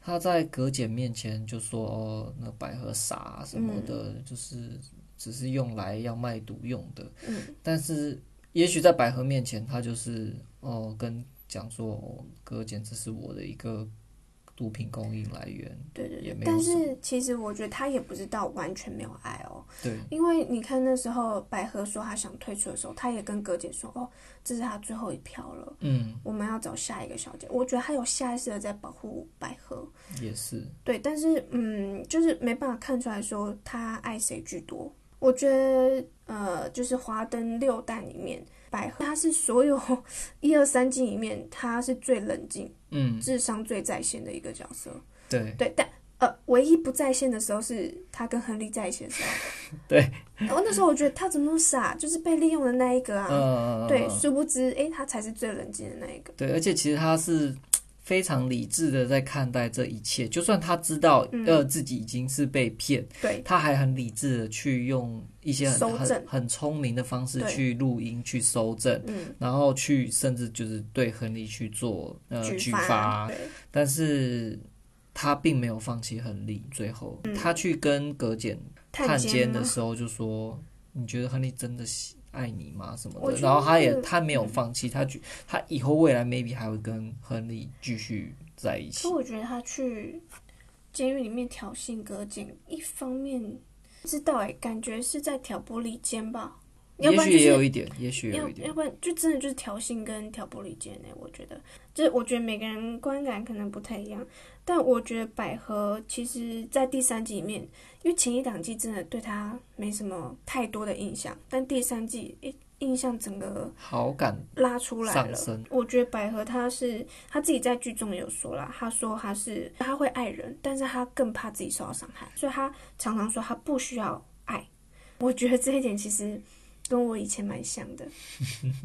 Speaker 1: 他在葛姐面前就说哦，那百合傻啊什么的，就是只是用来要卖毒用的，
Speaker 2: 嗯
Speaker 1: 但是也许在百合面前，他就是哦跟讲说哦，葛姐这是我的一个毒品供应来源，
Speaker 2: 对对
Speaker 1: 也
Speaker 2: 对
Speaker 1: 没，有
Speaker 2: 但
Speaker 1: 什
Speaker 2: 是其实我觉得他也不知道完全没有爱哦，
Speaker 1: 对，
Speaker 2: 因为你看那时候百合说她想退出的时候，她也跟葛姐说，哦，这是她最后一票了，
Speaker 1: 嗯，
Speaker 2: 我们要找下一个小姐。我觉得他有下意识的在保护百合，
Speaker 1: 也是，
Speaker 2: 对，但是嗯，就是没办法看出来说他爱谁居多。我觉得呃，就是《华灯六弹》里面，百合她是所有 一二三季里面，她是最冷静、
Speaker 1: 嗯，
Speaker 2: 智商最在线的一个角色。
Speaker 1: 对，
Speaker 2: 对，但呃，唯一不在线的时候是她跟亨利在一起的时候。
Speaker 1: 对，
Speaker 2: 我那时候我觉得她怎么那么傻，就是被利用的那一个啊。
Speaker 1: 嗯，
Speaker 2: 对，殊不知，诶，她才是最冷静的那一个。
Speaker 1: 对，而且其实他是非常理智的在看待这一切，就算他知道、
Speaker 2: 嗯
Speaker 1: 呃自己已经是被骗，
Speaker 2: 对，
Speaker 1: 他还很理智的去用一些很
Speaker 2: 搜证
Speaker 1: 很很聪明的方式
Speaker 2: 对
Speaker 1: 去录音、去搜证，
Speaker 2: 嗯。
Speaker 1: 然后去甚至就是对亨利去做呃举
Speaker 2: 发，对，
Speaker 1: 但是他并没有放弃亨利，最后、
Speaker 2: 嗯
Speaker 1: 他去跟葛简探监的
Speaker 2: 吗
Speaker 1: 时候就说：“你觉得亨利真的喜爱你吗？”什么
Speaker 2: 我
Speaker 1: 的。
Speaker 2: 觉得
Speaker 1: 然后他也
Speaker 2: 是嗯
Speaker 1: 他没有放弃，他觉他以后未来 maybe 还会跟亨利继续在一
Speaker 2: 可
Speaker 1: 起。
Speaker 2: 我觉得他去监狱里面挑衅葛简，一方面不知道哎、感觉是在挑拨离间吧，要
Speaker 1: 也
Speaker 2: 不然
Speaker 1: 许
Speaker 2: 就
Speaker 1: 也有
Speaker 2: 是
Speaker 1: 一点，也许也
Speaker 2: 要
Speaker 1: 有一点
Speaker 2: 要。不然就真的就是挑衅跟挑拨离间哎、我觉得就是我觉得每个人观感可能不太一样，但我觉得百合其实在第三季里面，因为前一档季真的对他没什么太多的印象，但第三季诶、印象整个
Speaker 1: 好感
Speaker 2: 拉出来
Speaker 1: 上
Speaker 2: 了。
Speaker 1: 升，
Speaker 2: 我觉得百合她是她自己在剧中也有说啦，她说她是她会爱人，但是她更怕自己受到伤害，所以她常常说她不需要爱。我觉得这一点其实跟我以前蛮像 的，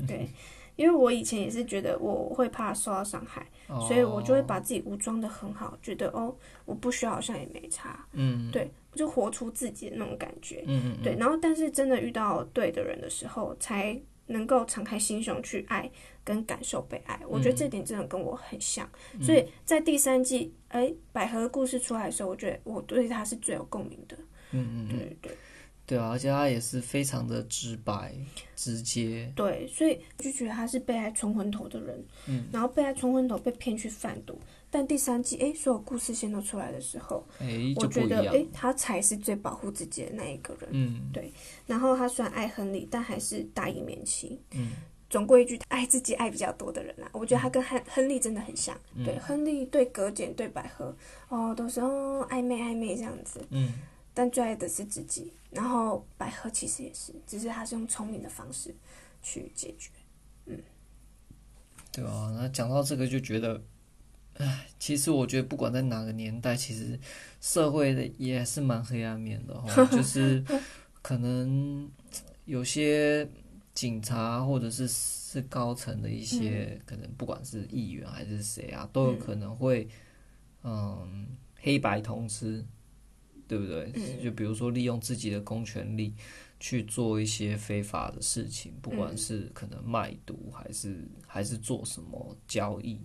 Speaker 2: 对，因为我以前也是觉得我会怕受到伤害，
Speaker 1: 哦
Speaker 2: 所以我就会把自己武装的很好，觉得哦我不需要好像也没差，
Speaker 1: 嗯
Speaker 2: 对就活出自己的那种感觉。
Speaker 1: 嗯嗯
Speaker 2: 对，然后但是真的遇到对的人的时候，才能够敞开心胸去爱跟感受被爱。我
Speaker 1: 嗯
Speaker 2: 觉得这点真的跟我很像，所以在第三季，哎，百合的故事出来的时候，我觉得我对他是最有共鸣的。
Speaker 1: 嗯嗯嗯，
Speaker 2: 对对
Speaker 1: 对啊，而且他也是非常的直白直接，
Speaker 2: 对，所以就觉得他是被爱冲昏头的人，
Speaker 1: 嗯，
Speaker 2: 然后被爱冲昏头被骗去贩毒，但第三季，哎，所有故事线都出来的时候，
Speaker 1: 哎
Speaker 2: 我
Speaker 1: 就不
Speaker 2: 觉
Speaker 1: 一
Speaker 2: 得，
Speaker 1: 样
Speaker 2: 哎，，他才是最保护自己的那一个人。
Speaker 1: 嗯
Speaker 2: 然后他虽然爱亨利，但还是大义灭亲。
Speaker 1: 嗯，
Speaker 2: 总归一句，爱自己爱比较多的人啊，我觉得他跟亨亨利真的很像。
Speaker 1: 嗯
Speaker 2: 对，亨利对葛简对百合，哦，都是哦暧昧暧昧这样子，
Speaker 1: 嗯
Speaker 2: 但最爱的是自己。然后百合其实也是，只是他是用聪明的方式去解决。
Speaker 1: 对啊，那讲到这个就觉得，唉，其实我觉得不管在哪个年代，其实社会的也是蛮黑暗面的哈，就是可能有些警察或者是是高层的一些，可能不管是议员还是谁啊，都有可能会嗯黑白通吃，对不对？
Speaker 2: 嗯
Speaker 1: 就比如说利用自己的公权力去做一些非法的事情，不管
Speaker 2: 嗯
Speaker 1: 是可能卖毒还是还是做什么交易，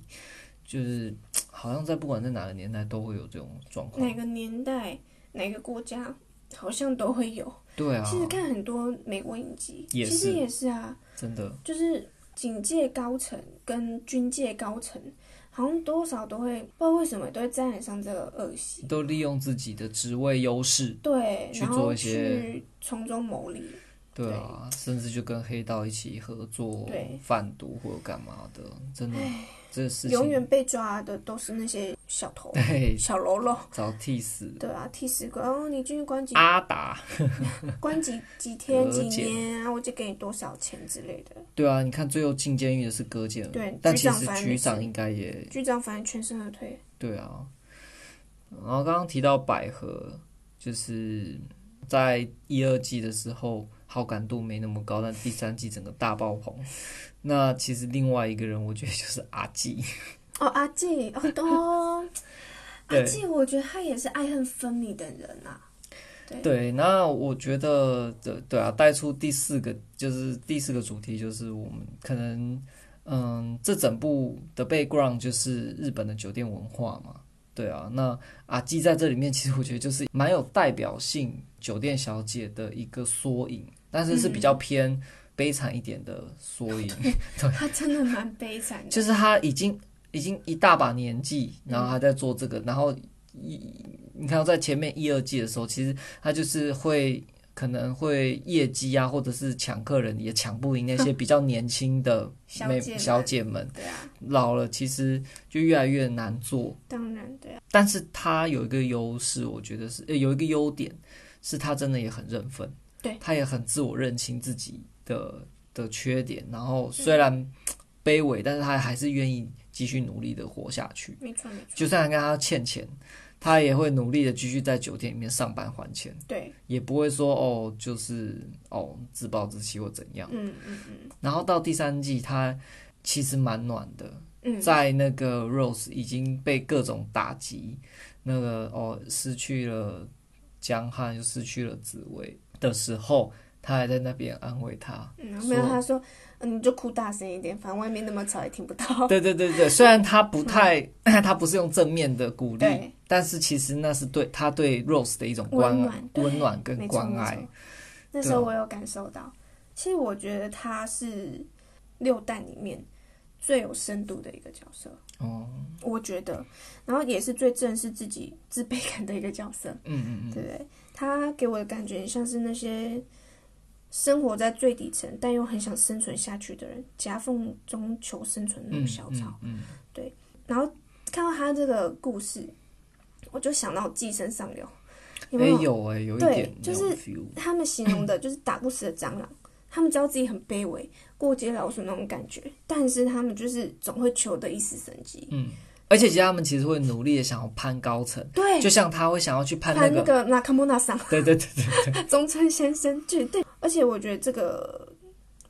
Speaker 1: 就是好像在不管在哪个年代都会有这种状况
Speaker 2: 哪。个年代、哪个国家好像都会有。
Speaker 1: 对啊，
Speaker 2: 其实看很多美国影集，
Speaker 1: 也
Speaker 2: 其
Speaker 1: 是
Speaker 2: 实也是啊，
Speaker 1: 真的，
Speaker 2: 就是警界高层跟军界高层，好像多少都会不知道为什么都会沾染上这个恶习。
Speaker 1: 都利用自己的职位优势，
Speaker 2: 对，
Speaker 1: 去
Speaker 2: 然
Speaker 1: 做
Speaker 2: 后
Speaker 1: 一些
Speaker 2: 去从中牟利。
Speaker 1: 对啊，甚至就跟黑道一起合作
Speaker 2: 对
Speaker 1: 贩毒或者干嘛的，真的，这事情
Speaker 2: 永远被抓的都是那些小头、
Speaker 1: 对
Speaker 2: 小喽啰，
Speaker 1: 早替死
Speaker 2: 对啊，替死鬼哦！你进去关几、
Speaker 1: 阿达。
Speaker 2: 关几几天
Speaker 1: 啊和
Speaker 2: 几
Speaker 1: 解
Speaker 2: 年啊，我就给你多少钱之类的。
Speaker 1: 对啊，你看最后进监狱的是戈建文，
Speaker 2: 对
Speaker 1: 但
Speaker 2: 局
Speaker 1: 其
Speaker 2: 长
Speaker 1: 实
Speaker 2: 反而
Speaker 1: 局
Speaker 2: 没
Speaker 1: 长
Speaker 2: 事
Speaker 1: 应该也
Speaker 2: 局长反正全身而退，
Speaker 1: 对啊。然后刚刚提到百合，就是在一二季的时候好感度没那么高，但第三季整个大爆棚。那其实另外一个人，我觉得就是阿纪，
Speaker 2: 哦，阿纪， 哦，都哦
Speaker 1: 对
Speaker 2: 阿纪，我觉得他也是爱恨分明的人啊。对，
Speaker 1: 对，那我觉得，对对啊，带出第四个就是第四个主题，就是我们可能，嗯，这整部的 background 就是日本的酒店文化嘛，对啊，那阿纪在这里面，其实我觉得就是蛮有代表性酒店小姐的一个缩影，但是是比较偏悲惨一点的缩影，
Speaker 2: 他真的蛮悲惨的。
Speaker 1: 就是他已经已经一大把年纪，然后他在做这个，然后一你看到在前面一二季的时候，其实他就是会可能会业绩啊，或者是抢客人也抢不赢那些比较年轻的
Speaker 2: 小
Speaker 1: 妹
Speaker 2: 姐
Speaker 1: 小
Speaker 2: 们
Speaker 1: 姐们，
Speaker 2: 对啊，
Speaker 1: 老了其实就越来越难做。
Speaker 2: 当然对啊，
Speaker 1: 但是他有一个优势，我觉得是、呃有一个优点，是他真的也很认份，
Speaker 2: 对
Speaker 1: 他也很自我认清自己的的缺点，然后虽然
Speaker 2: 嗯
Speaker 1: 卑微，但是他还是愿意继续努力的活下去。
Speaker 2: 没错没错，
Speaker 1: 就算跟他欠钱，他也会努力的继续在酒店里面上班还钱，
Speaker 2: 对，
Speaker 1: 也不会说哦，就是哦自暴自弃或怎样。
Speaker 2: 嗯嗯嗯
Speaker 1: 然后到第三季，他其实蛮暖的，
Speaker 2: 嗯，
Speaker 1: 在那个 Rose 已经被各种打击，那个哦失去了江汉，又失去了紫薇的时候，他还在那边安慰他。
Speaker 2: 嗯，没有，
Speaker 1: 说
Speaker 2: 他说，嗯，你就哭大声一点，反正外面那么吵也听不到。
Speaker 1: 对对对对，虽然他不太， 他不是用正面的鼓励，
Speaker 2: 嗯对
Speaker 1: 但是其实那是对他对 Rose 的一种关
Speaker 2: 温
Speaker 1: 爱
Speaker 2: 暖、对
Speaker 1: 温暖跟
Speaker 2: 没错
Speaker 1: 关
Speaker 2: 没
Speaker 1: 爱
Speaker 2: 错。。那
Speaker 1: 对
Speaker 2: 时候
Speaker 1: 啊
Speaker 2: 我有感受到，其实我觉得他是六弹里面最有深度的一个角色，
Speaker 1: 哦，
Speaker 2: 我觉得，然后也是最正视自己自卑感的一个角色，
Speaker 1: 嗯嗯
Speaker 2: 对
Speaker 1: 嗯，
Speaker 2: 不对？他给我的感觉像是那些生活在最底层但又很想生存下去的人，夹缝中求生存的那
Speaker 1: 嗯
Speaker 2: 种小
Speaker 1: 嗯
Speaker 2: 草。
Speaker 1: 嗯，
Speaker 2: 然后看到他这个故事，我就想到《寄生上流》，有
Speaker 1: 哎
Speaker 2: 没有？
Speaker 1: 有哎，有一
Speaker 2: 对
Speaker 1: 点
Speaker 2: 就
Speaker 1: 那种
Speaker 2: 是
Speaker 1: feel，
Speaker 2: 他们形容的就是打不死的蟑螂，他们知道自己很卑微，过街老鼠那种感觉，但是他们就是总会求得一丝生机。
Speaker 1: 嗯，而且其实他们其实会努力的想要攀高层，
Speaker 2: 对
Speaker 1: 就，像他会想要去攀那
Speaker 2: 他那
Speaker 1: 个，
Speaker 2: 个纳卡莫纳桑
Speaker 1: 对对对对
Speaker 2: 中村先生剧，对，而且我觉得这个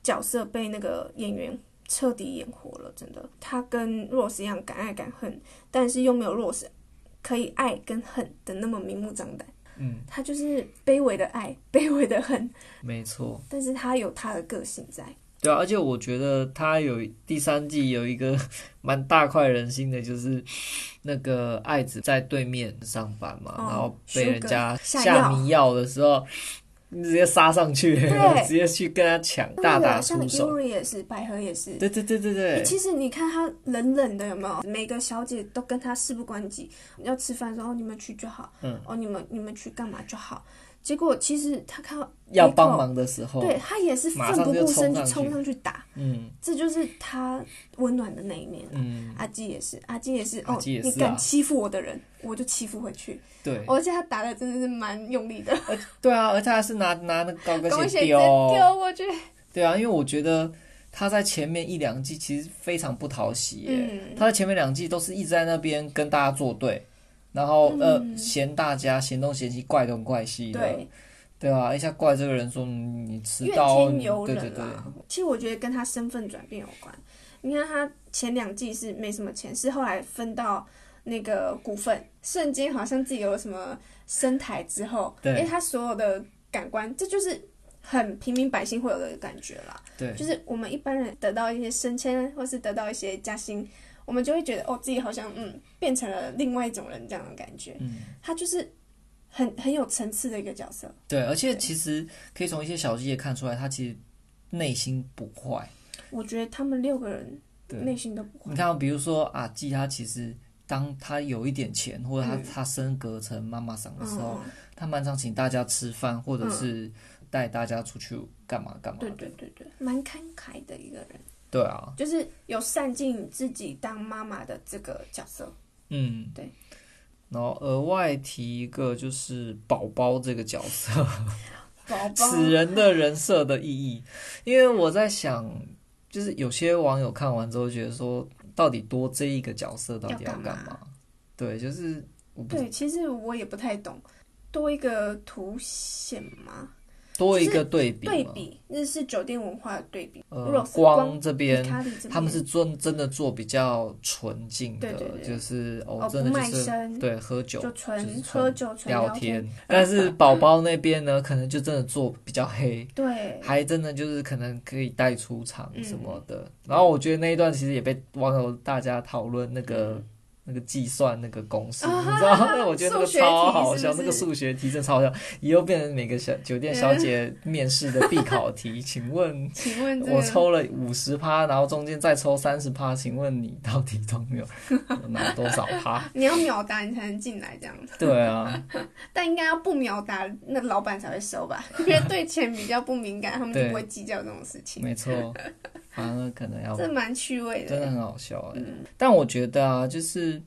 Speaker 2: 角色被那个演员彻底演活了，真的，他跟 Rose 一样敢爱敢恨，但是又没有 Rose 可以爱跟恨的那么明目张胆，
Speaker 1: 嗯，
Speaker 2: 他就是卑微的爱， 卑微的恨，
Speaker 1: 没错，
Speaker 2: 但是他有他的个性在。
Speaker 1: 对啊，而且我觉得他有第三季有一个 蛮大快人心的，就是那个爱子在对面上班嘛，
Speaker 2: 哦
Speaker 1: 然后被人家
Speaker 2: sugar，
Speaker 1: 下
Speaker 2: 下药
Speaker 1: 迷药的时候，直接杀上去，
Speaker 2: 对
Speaker 1: 直接去跟他抢，嗯大
Speaker 2: 对
Speaker 1: 打
Speaker 2: 啊像
Speaker 1: 出手。
Speaker 2: Yuri 也是，百合也是。
Speaker 1: 对对对对
Speaker 2: 欸
Speaker 1: 对，
Speaker 2: 其实你看他冷冷的，有没有？每个小姐都跟他事不关己。要吃饭的时候，哦你们去就好。
Speaker 1: 嗯。
Speaker 2: 哦，你们你们去干嘛就好。结果其实他看到
Speaker 1: 要
Speaker 2: Nico，
Speaker 1: 帮忙的时候，
Speaker 2: 对他也是奋
Speaker 1: 马上
Speaker 2: 不
Speaker 1: 就
Speaker 2: 顾身
Speaker 1: 冲上
Speaker 2: 就
Speaker 1: 去
Speaker 2: 冲上去打，
Speaker 1: 嗯
Speaker 2: 这就是他温暖的那一面。
Speaker 1: 嗯，
Speaker 2: 阿基也是，阿基也是，
Speaker 1: 阿
Speaker 2: 哦，
Speaker 1: 基也是啊嗯
Speaker 2: 你敢欺负我的人，我就欺负回去。
Speaker 1: 对
Speaker 2: 而且他打的真的是蛮用力的，
Speaker 1: 对啊，而且他是拿拿那个高
Speaker 2: 高
Speaker 1: 跟
Speaker 2: 鞋
Speaker 1: 鞋
Speaker 2: 直接
Speaker 1: 丢，
Speaker 2: 丢过去。
Speaker 1: 对啊，因为我觉得他在前面一两季其实非常不讨喜耶，
Speaker 2: 嗯
Speaker 1: 他在前面两季都是一直在那边跟大家作对，然后、呃
Speaker 2: 嗯
Speaker 1: 嫌大家嫌东嫌西，怪东怪西的，
Speaker 2: 对，
Speaker 1: 对啊，一下怪这个人说嗯你迟
Speaker 2: 怨
Speaker 1: 到，
Speaker 2: 天
Speaker 1: 你
Speaker 2: 尤
Speaker 1: 对对
Speaker 2: 人啊
Speaker 1: 对，
Speaker 2: 啦。其实我觉得跟他身份转变有关。你看他前两季是没什么钱，是后来分到那个股份，瞬间好像自己有了什么升台之后，
Speaker 1: 对
Speaker 2: 哎，他所有的感官，这就是很平民百姓会有的感觉啦。
Speaker 1: 对
Speaker 2: 就是我们一般人得到一些升迁，或是得到一些加薪，我们就会觉得哦，自己好像嗯变成了另外一种人这样的感觉。
Speaker 1: 嗯，
Speaker 2: 他就是很很有层次的一个角色，
Speaker 1: 对，而且其实可以从一些小细节看出来，他其实内心不坏。
Speaker 2: 我觉得他们六个人
Speaker 1: 对
Speaker 2: 内心都不
Speaker 1: 你
Speaker 2: 坏。
Speaker 1: 看哦，比如说阿季，他其实当他有一点钱，或者他、
Speaker 2: 嗯
Speaker 1: 他升格成妈妈桑的时候，
Speaker 2: 嗯，
Speaker 1: 他蛮常请大家吃饭，或者是带大家出去干嘛干嘛的。
Speaker 2: 嗯对对对对，蛮慷慨的一个人，
Speaker 1: 对啊，
Speaker 2: 就是有善尽自己当妈妈的这个角色。
Speaker 1: 嗯，
Speaker 2: 对。
Speaker 1: 然后额外提一个就是宝宝这个角色，
Speaker 2: 宝宝，
Speaker 1: 此人的人设的意义，因为我在想，就是有些网友看完之后觉得说，到底多这一个角色到底要
Speaker 2: 要
Speaker 1: 干
Speaker 2: 干嘛
Speaker 1: 嘛？对，就是我不
Speaker 2: 对，其实我也不太懂，多一个凸显嘛，
Speaker 1: 多一个对比嘛，
Speaker 2: 对比日式酒店文化的对比，如
Speaker 1: 呃
Speaker 2: 果，是
Speaker 1: 光这
Speaker 2: 意
Speaker 1: 边
Speaker 2: 大利这边
Speaker 1: 他们是做真的做比较纯净的，
Speaker 2: 对对对
Speaker 1: 就是
Speaker 2: 哦
Speaker 1: 哦，
Speaker 2: 不
Speaker 1: 真的
Speaker 2: 卖
Speaker 1: 就是
Speaker 2: 身
Speaker 1: 对喝酒
Speaker 2: 就
Speaker 1: 就是
Speaker 2: 纯
Speaker 1: 纯
Speaker 2: 喝酒纯
Speaker 1: 聊
Speaker 2: 天，
Speaker 1: 天，但是宝宝那边呢，可能就真的做比较黑，
Speaker 2: 对，
Speaker 1: 还真的就是可能可以带出场
Speaker 2: 嗯
Speaker 1: 什么的。然后我觉得那一段其实也被网友大家讨论那个。那个计算那个公式，
Speaker 2: 嗯啊
Speaker 1: 你知道？那我觉得那个
Speaker 2: 数学题
Speaker 1: 超好笑，
Speaker 2: 是不是
Speaker 1: 那个数学题真超好笑，以后变成每个小酒店小姐面试的必考题。请问
Speaker 2: 请问这个
Speaker 1: 我抽了五十趴，然后中间再抽三十趴，请问你到底都没有有拿多少 趴？
Speaker 2: 你要秒答你才能进来这样，
Speaker 1: 对啊，
Speaker 2: 但应该要不秒答，那老板才会收吧，因为对钱比较不敏感，他们就
Speaker 1: 对
Speaker 2: 不会计较这种事情，
Speaker 1: 没错，反而可能要
Speaker 2: 这蛮趣味
Speaker 1: 真的
Speaker 2: 的。
Speaker 1: 很好笑哎、但我觉得啊，就是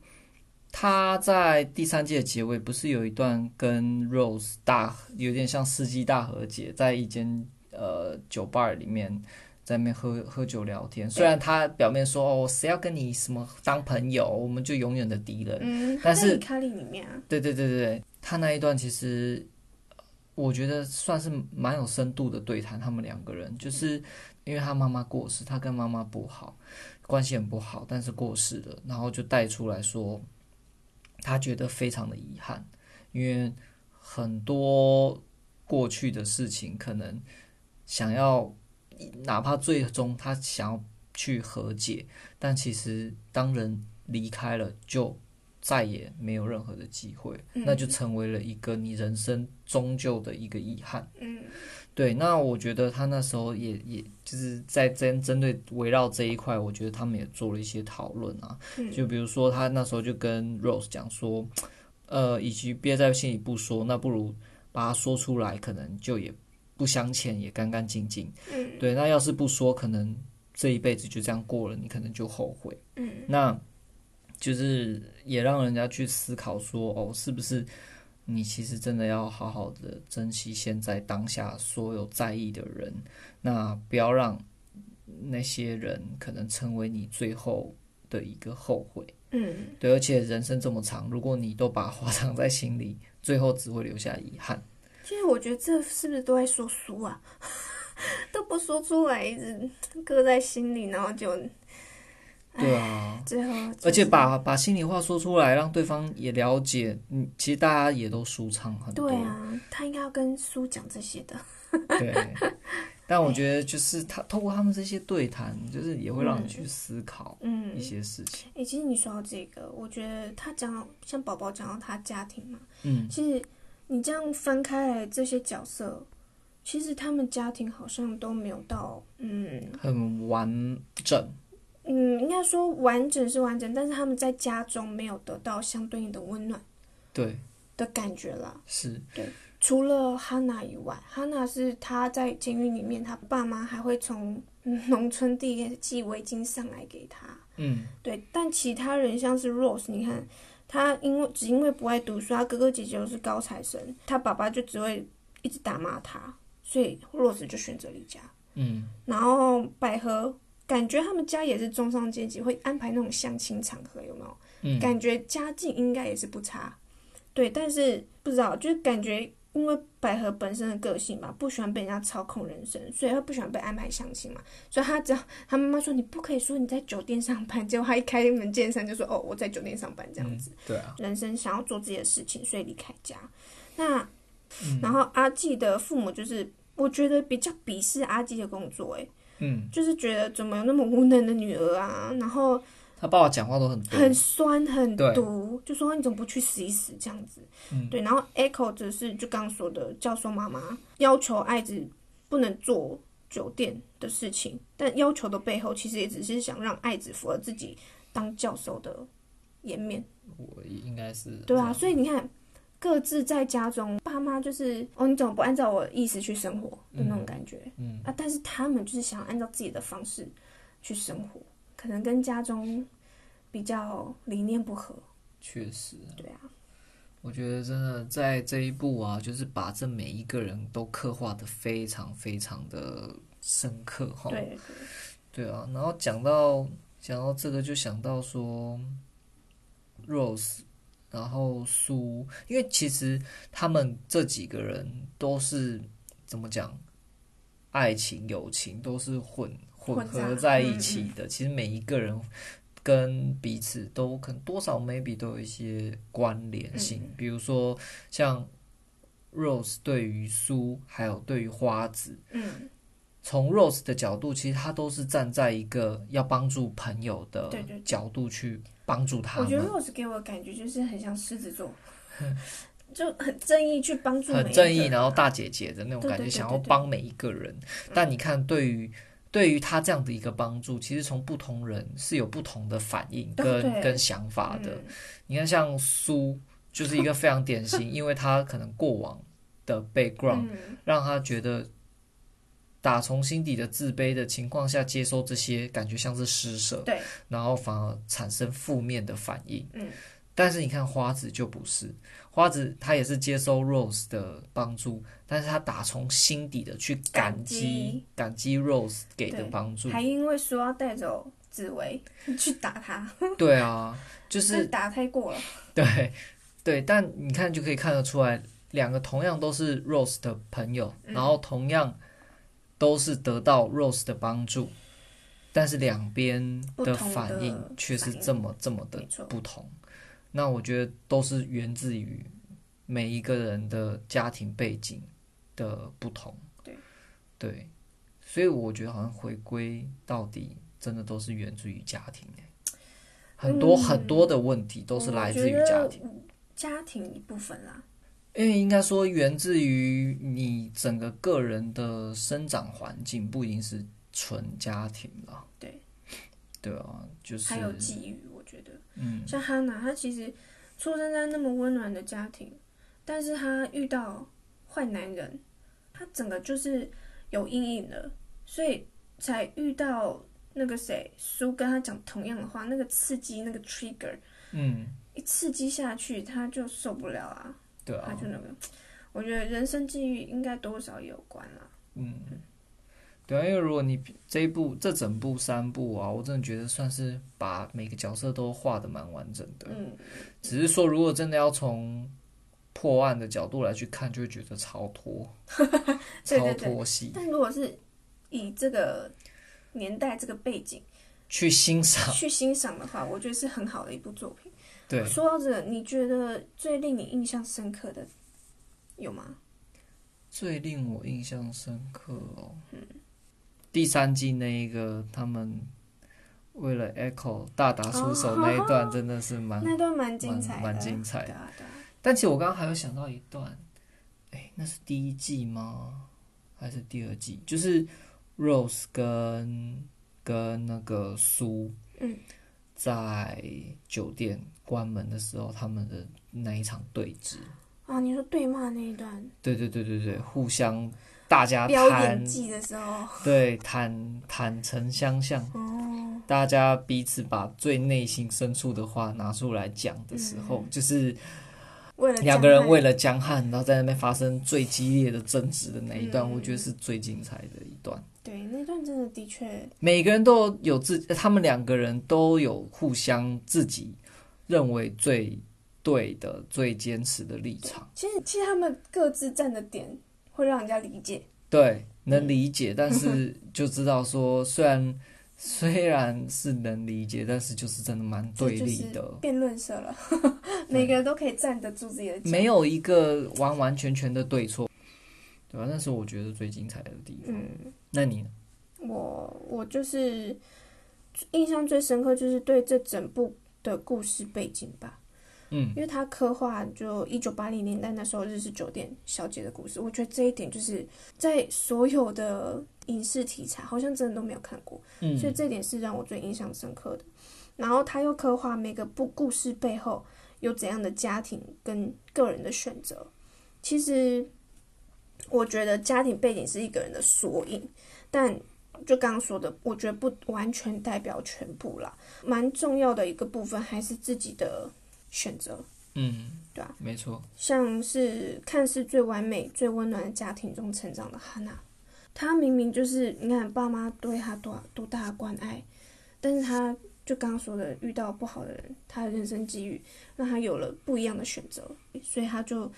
Speaker 1: 他在第三季的结尾不是有一段跟 Rose 大有点像世纪大和解，在一间呃酒吧里面。在那边喝喝酒聊天，虽然他表面说哦，谁要跟你什么当朋友，我们就永远的敌人。
Speaker 2: 嗯，
Speaker 1: 但是
Speaker 2: 咖喱里面啊，
Speaker 1: 对对对对对，他那一段其实我觉得算是蛮有深度的对谈，他们两个人就是因为他妈妈过世，他跟妈妈不好，关系很不好，但是过世了，然后就带出来说，他觉得非常的遗憾，因为很多过去的事情可能想要，哪怕最终他想要去和解，但其实当人离开了就。再也没有任何的机会，
Speaker 2: 嗯
Speaker 1: 那就成为了一个你人生终究的一个遗憾。
Speaker 2: 嗯，
Speaker 1: 对，那我觉得他那时候也也就是在针针对围绕这一块，我觉得他们也做了一些讨论啊。
Speaker 2: 嗯
Speaker 1: 就比如说他那时候就跟 Rose 讲说，呃，与其憋在心里不说，那不如把它说出来，可能就也不相欠，也干干净净。
Speaker 2: 嗯
Speaker 1: 对，那要是不说，可能这一辈子就这样过了，你可能就后悔。
Speaker 2: 嗯，
Speaker 1: 那就是也让人家去思考说，哦，是不是你其实真的要好好的珍惜现在当下所有在意的人，那不要让那些人可能成为你最后的一个后悔。
Speaker 2: 嗯，
Speaker 1: 对，而且人生这么长，如果你都把话藏在心里，最后只会留下遗憾。
Speaker 2: 其实我觉得这是不是都在说书啊？ 都不说出来，一直搁在心里，然后就
Speaker 1: 对啊。
Speaker 2: 最后、就是，
Speaker 1: 而且把把心里话说出来，让对方也了解，嗯，其实大家也都舒畅很多。
Speaker 2: 对啊，他应该要跟书讲这些的。
Speaker 1: 对， 但我觉得就是他透过他们这些对谈，就是也会让你去思考
Speaker 2: 嗯
Speaker 1: 一，些事情。
Speaker 2: 哎、其实你说到这个，我觉得他讲到像宝宝讲到他家庭嘛，
Speaker 1: 嗯，
Speaker 2: 其实你这样翻开来这些角色，其实他们家庭好像都没有到，嗯
Speaker 1: 很完整。
Speaker 2: 嗯，应该说完整是完整，但是他们在家中没有得到相对应的温暖
Speaker 1: 对，
Speaker 2: 的感觉啦。
Speaker 1: 是，
Speaker 2: 除了哈娜以外，哈娜是她在监狱里面，她爸妈还会从嗯农村地寄围巾上来给她。
Speaker 1: 嗯，
Speaker 2: 对，但其他人像是 Rose，你看她因为只因为不爱读书，她哥哥姐姐都是高材生，她爸爸就只会一直打骂她，所以 Rose 就选择离家。
Speaker 1: 嗯，
Speaker 2: 然后百合感觉他们家也是中上阶级，会安排那种相亲场合，有没有？
Speaker 1: 嗯，
Speaker 2: 感觉家境应该也是不差，对，但是不知道，就是感觉因为百合本身的个性吧，不喜欢被人家操控人生，所以她不喜欢被安排相亲嘛。所以她只要她妈妈说你不可以说你在酒店上班，结果她一开门见山就说哦我在酒店上班这样子。
Speaker 1: 对啊，
Speaker 2: 人生想要做自己的事情，所以离开家。那、然后阿纪的父母就是我觉得比较鄙视阿纪的工作、欸，
Speaker 1: 嗯，
Speaker 2: 就是觉得怎么有那么无能的女儿啊，然后
Speaker 1: 他爸爸讲话都很多，
Speaker 2: 很酸很
Speaker 1: 对
Speaker 2: 毒，就说你怎么不去死一死这样子。对，然后 Echo 只是就刚刚说的教授妈妈要求爱子不能做酒店的事情，但要求的背后其实也只是想让爱子符合自己当教授的颜面。
Speaker 1: 我应该是
Speaker 2: 对
Speaker 1: 这
Speaker 2: 啊，
Speaker 1: 样
Speaker 2: 所以你看，各自在家中，爸妈就是哦，你怎么不按照我的意思去生活的那种感觉，
Speaker 1: 嗯
Speaker 2: 啊，但是他们就是想按照自己的方式去生活，可能跟家中比较理念不合，
Speaker 1: 确实，
Speaker 2: 对啊，
Speaker 1: 我觉得真的在这一步啊，就是把这每一个人都刻画的非常非常的深刻哈。
Speaker 2: 对对，
Speaker 1: 对啊，然后讲到讲到这个，就想到说 Rose，然后苏，因为其实他们这几个人都是怎么讲，爱情、友情都是混混
Speaker 2: 混杂
Speaker 1: 合在一
Speaker 2: 嗯
Speaker 1: 起的。其实每一个人跟彼此都可能多少 maybe 都有一些关联性，
Speaker 2: 嗯
Speaker 1: 比如说像 Rose 对于苏，还有对于花子，
Speaker 2: 嗯，
Speaker 1: 从 Rose 的角度，其实他都是站在一个要帮助朋友的
Speaker 2: 对对对
Speaker 1: 角度去帮助他
Speaker 2: 我
Speaker 1: 们，
Speaker 2: 觉得 Rose 给我的感觉就是很像狮子 座，就很正义去帮助每一
Speaker 1: 很
Speaker 2: 个
Speaker 1: 正义，
Speaker 2: 人
Speaker 1: 然后
Speaker 2: 啊
Speaker 1: 大姐姐的那种
Speaker 2: 对
Speaker 1: 感
Speaker 2: 对
Speaker 1: 觉，
Speaker 2: 对
Speaker 1: 想
Speaker 2: 对嗯
Speaker 1: 要
Speaker 2: 对
Speaker 1: 帮每一个人。但你看，对于对于他这样的一个帮助，其实从不同人是有不同的反应
Speaker 2: 对
Speaker 1: 跟
Speaker 2: 对
Speaker 1: 跟想法的。
Speaker 2: 嗯
Speaker 1: 你看，像苏就是一个非常典型，因为他可能过往的 background
Speaker 2: 嗯
Speaker 1: 让他觉得打从心底的自卑的情况下接收这些，感觉像是施舍，
Speaker 2: 对，
Speaker 1: 然后反而产生负面的反应。
Speaker 2: 嗯，
Speaker 1: 但是你看花子就不是，花子她也是接收 Rose 的帮助，但是她打从心底的去感激感激 Rose 给的
Speaker 2: 对
Speaker 1: 帮助。
Speaker 2: 还因为说要带走紫薇去打他，
Speaker 1: 对啊，就
Speaker 2: 真的
Speaker 1: 是
Speaker 2: 打太过了。
Speaker 1: 对对，但你看就可以看得出来，两个同样都是 Rose 的朋友，
Speaker 2: 嗯
Speaker 1: 然后同样都是得到 Rose 的帮助，但是两边
Speaker 2: 不
Speaker 1: 的
Speaker 2: 同的
Speaker 1: 反应却是
Speaker 2: 反应
Speaker 1: 这么这么的
Speaker 2: 没错
Speaker 1: 不同。那我觉得都是源自于每一个人的家庭背景的不同。
Speaker 2: 对
Speaker 1: 对，所以我觉得好像回归到底，真的都是源自于家庭欸、很多、
Speaker 2: 嗯
Speaker 1: 很多的问题都是来自于家庭，
Speaker 2: 庭，家庭一部分啦。
Speaker 1: 因为应该说源自于你整个个人的生长环境，不一定是纯家庭啦。
Speaker 2: 对，
Speaker 1: 对啊，就是
Speaker 2: 还有际遇，我觉得
Speaker 1: 嗯，
Speaker 2: 像哈娜，她其实出生在那么温暖的家庭，但是她遇到坏男人，她整个就是有阴影了，所以才遇到那个谁苏跟她讲同样的话，那个刺激，那个 trigger
Speaker 1: 嗯，
Speaker 2: 一刺激下去，她就受不了啊，
Speaker 1: 对啊
Speaker 2: 她，就那个，我觉得人生际遇应该多少也有关啦。
Speaker 1: 嗯，对啊，因为如果你这一部这整部三部啊，我真的觉得算是把每个角色都画的蛮完整的。
Speaker 2: 嗯，
Speaker 1: 只是说，如果真的要从破案的角度来去看，就会觉得超脱，
Speaker 2: 对对
Speaker 1: 超
Speaker 2: 对
Speaker 1: 脱戏，
Speaker 2: 但如果是以这个年代这个背景。
Speaker 1: 去欣赏。
Speaker 2: 去欣赏的话，我觉得是很好的一部作品。
Speaker 1: 对，
Speaker 2: 说到这个，你觉得最令你印象深刻的有吗？
Speaker 1: 最令我印象深刻哦，
Speaker 2: 嗯
Speaker 1: 第三季那一个他们为了 Echo 大打出手那一 段，真的是蛮
Speaker 2: 哦那段蛮精彩的，
Speaker 1: 嗯蛮蛮精彩的
Speaker 2: 对啊，对啊，
Speaker 1: 但其实我刚刚还有想到一段，哎，那是第一季吗？还是第二季？就是 Rose 跟跟那个苏，
Speaker 2: 嗯，
Speaker 1: 在酒店关门的时候，他们的那一场对峙，
Speaker 2: 啊，你说对骂那一段，
Speaker 1: 对对对对对，互相大家
Speaker 2: 飙
Speaker 1: 谈
Speaker 2: 演，技的时候，
Speaker 1: 对坦坦诚相向，
Speaker 2: 哦，
Speaker 1: 大家彼此把最内心深处的话拿出来讲的时
Speaker 2: 嗯
Speaker 1: 候，就是
Speaker 2: 为了
Speaker 1: 两个人为
Speaker 2: 了
Speaker 1: 了江汉，然后在那边发生最激烈的争执的那一段，
Speaker 2: 嗯
Speaker 1: 我觉得是最精彩的一段。
Speaker 2: 对那段真的的确，
Speaker 1: 每个人都有自，他们两个人都有互相自己认为最对的、最坚持的立场。
Speaker 2: 其实其实他们各自站的点会让人家理解，
Speaker 1: 对，能理解，但 是就知道说，虽然虽然是能理解，但是就是真的蛮
Speaker 2: 这
Speaker 1: 对
Speaker 2: 就是
Speaker 1: 立的。
Speaker 2: 辩论社了， 每个人都可以站得住自己的脚。
Speaker 1: 没有一个完完全全的对错，对吧？那是我觉得最精彩的地方。
Speaker 2: 嗯，
Speaker 1: 那你呢？
Speaker 2: 我我就是印象最深刻就是对这整部的故事背景吧，
Speaker 1: 嗯
Speaker 2: 因为他刻画就一九八零年代那时候日式酒店小姐的故事，我觉得这一点就是在所有的影视题材好像真的都没有看过，所以
Speaker 1: 嗯
Speaker 2: 这点是让我最印象深刻的。然后他又刻画每个不故事背后有怎样的家庭跟个人的选择。其实我觉得家庭背景是一个人的缩影，但就刚刚说的，我觉得不完全代表全部啦。蛮重要的一个部分还是自己的选择，
Speaker 1: 嗯，
Speaker 2: 对啊，
Speaker 1: 没错，
Speaker 2: 像是看似最完美、最温暖的家庭中成长的哈娜，她明明就是你看爸妈对她多多大的关爱，但是她就刚刚说的，遇到不好的人，她的人生际遇让她有了不一样的选择，所以她就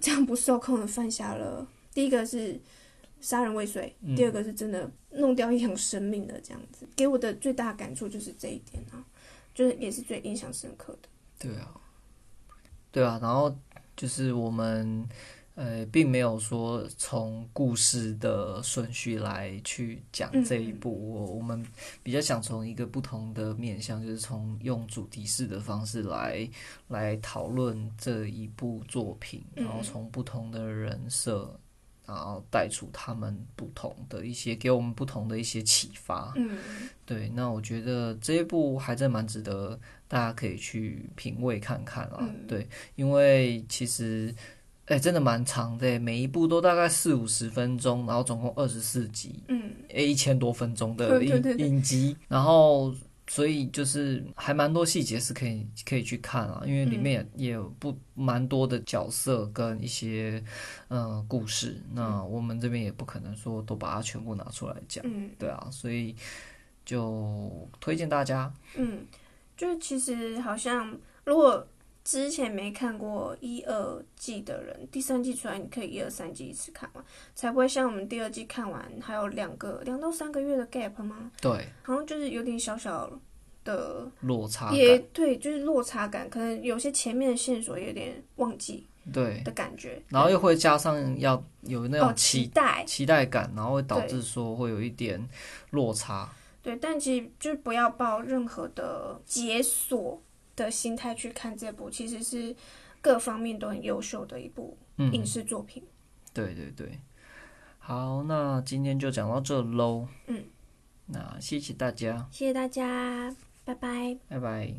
Speaker 2: 这样不受控的犯下了第一个是杀人未遂，
Speaker 1: 嗯
Speaker 2: 第二个是真的弄掉一条生命的这样子，给我的最大感触就是这一点啊，就是也是最印象深刻的。
Speaker 1: 对啊，对啊。然后就是我们呃，并没有说从故事的顺序来去讲
Speaker 2: 嗯
Speaker 1: 这一部，我我们比较想从一个不同的面向，就是从用主题式的方式来来讨论这一部作品，
Speaker 2: 嗯
Speaker 1: 然后从不同的人设。然后带出他们不同的一些，给我们不同的一些启发。
Speaker 2: 嗯，
Speaker 1: 对，那我觉得这一部还真蛮值得大家可以去品味看看啊。
Speaker 2: 嗯
Speaker 1: 对，因为其实，哎、真的蛮长的，每一部都大概四五十分钟，然后总共二十四集，
Speaker 2: 嗯，
Speaker 1: 哎、一千多分钟的
Speaker 2: 对
Speaker 1: 影
Speaker 2: 对对对
Speaker 1: 影集，然后。所以就是还蛮多细节是可以可以去看啊，因为里面
Speaker 2: 嗯
Speaker 1: 也也有不蛮多的角色跟一些呃故事，那我们这边也不可能说都把它全部拿出来讲。
Speaker 2: 嗯
Speaker 1: 对啊，所以就推荐大家，
Speaker 2: 嗯，就是其实好像如果之前没看过一二季的人，第三季出来你可以一二三季一次看完，才不会像我们第二季看完还有两个两到三个月的 gap 吗？
Speaker 1: 对
Speaker 2: 好像就是有点小小的，
Speaker 1: 落差
Speaker 2: 也
Speaker 1: 感，
Speaker 2: 对，就是落差感，可能有些前面的线索有点忘记
Speaker 1: 对，
Speaker 2: 的感觉。
Speaker 1: 然后又会加上要有那
Speaker 2: 哦
Speaker 1: 种，
Speaker 2: 期
Speaker 1: 期
Speaker 2: 待
Speaker 1: 期待感，然后会导
Speaker 2: 对
Speaker 1: 致说会有一点落差，
Speaker 2: 对，但其实就是不要抱任何的解锁的心态去看这部，其实是各方面都很优秀的一部
Speaker 1: 嗯，
Speaker 2: 影视作品。
Speaker 1: 对对对。好，那今天就讲到这喽，
Speaker 2: 嗯，
Speaker 1: 那谢谢大家，
Speaker 2: 谢谢大家，拜拜。
Speaker 1: 拜拜。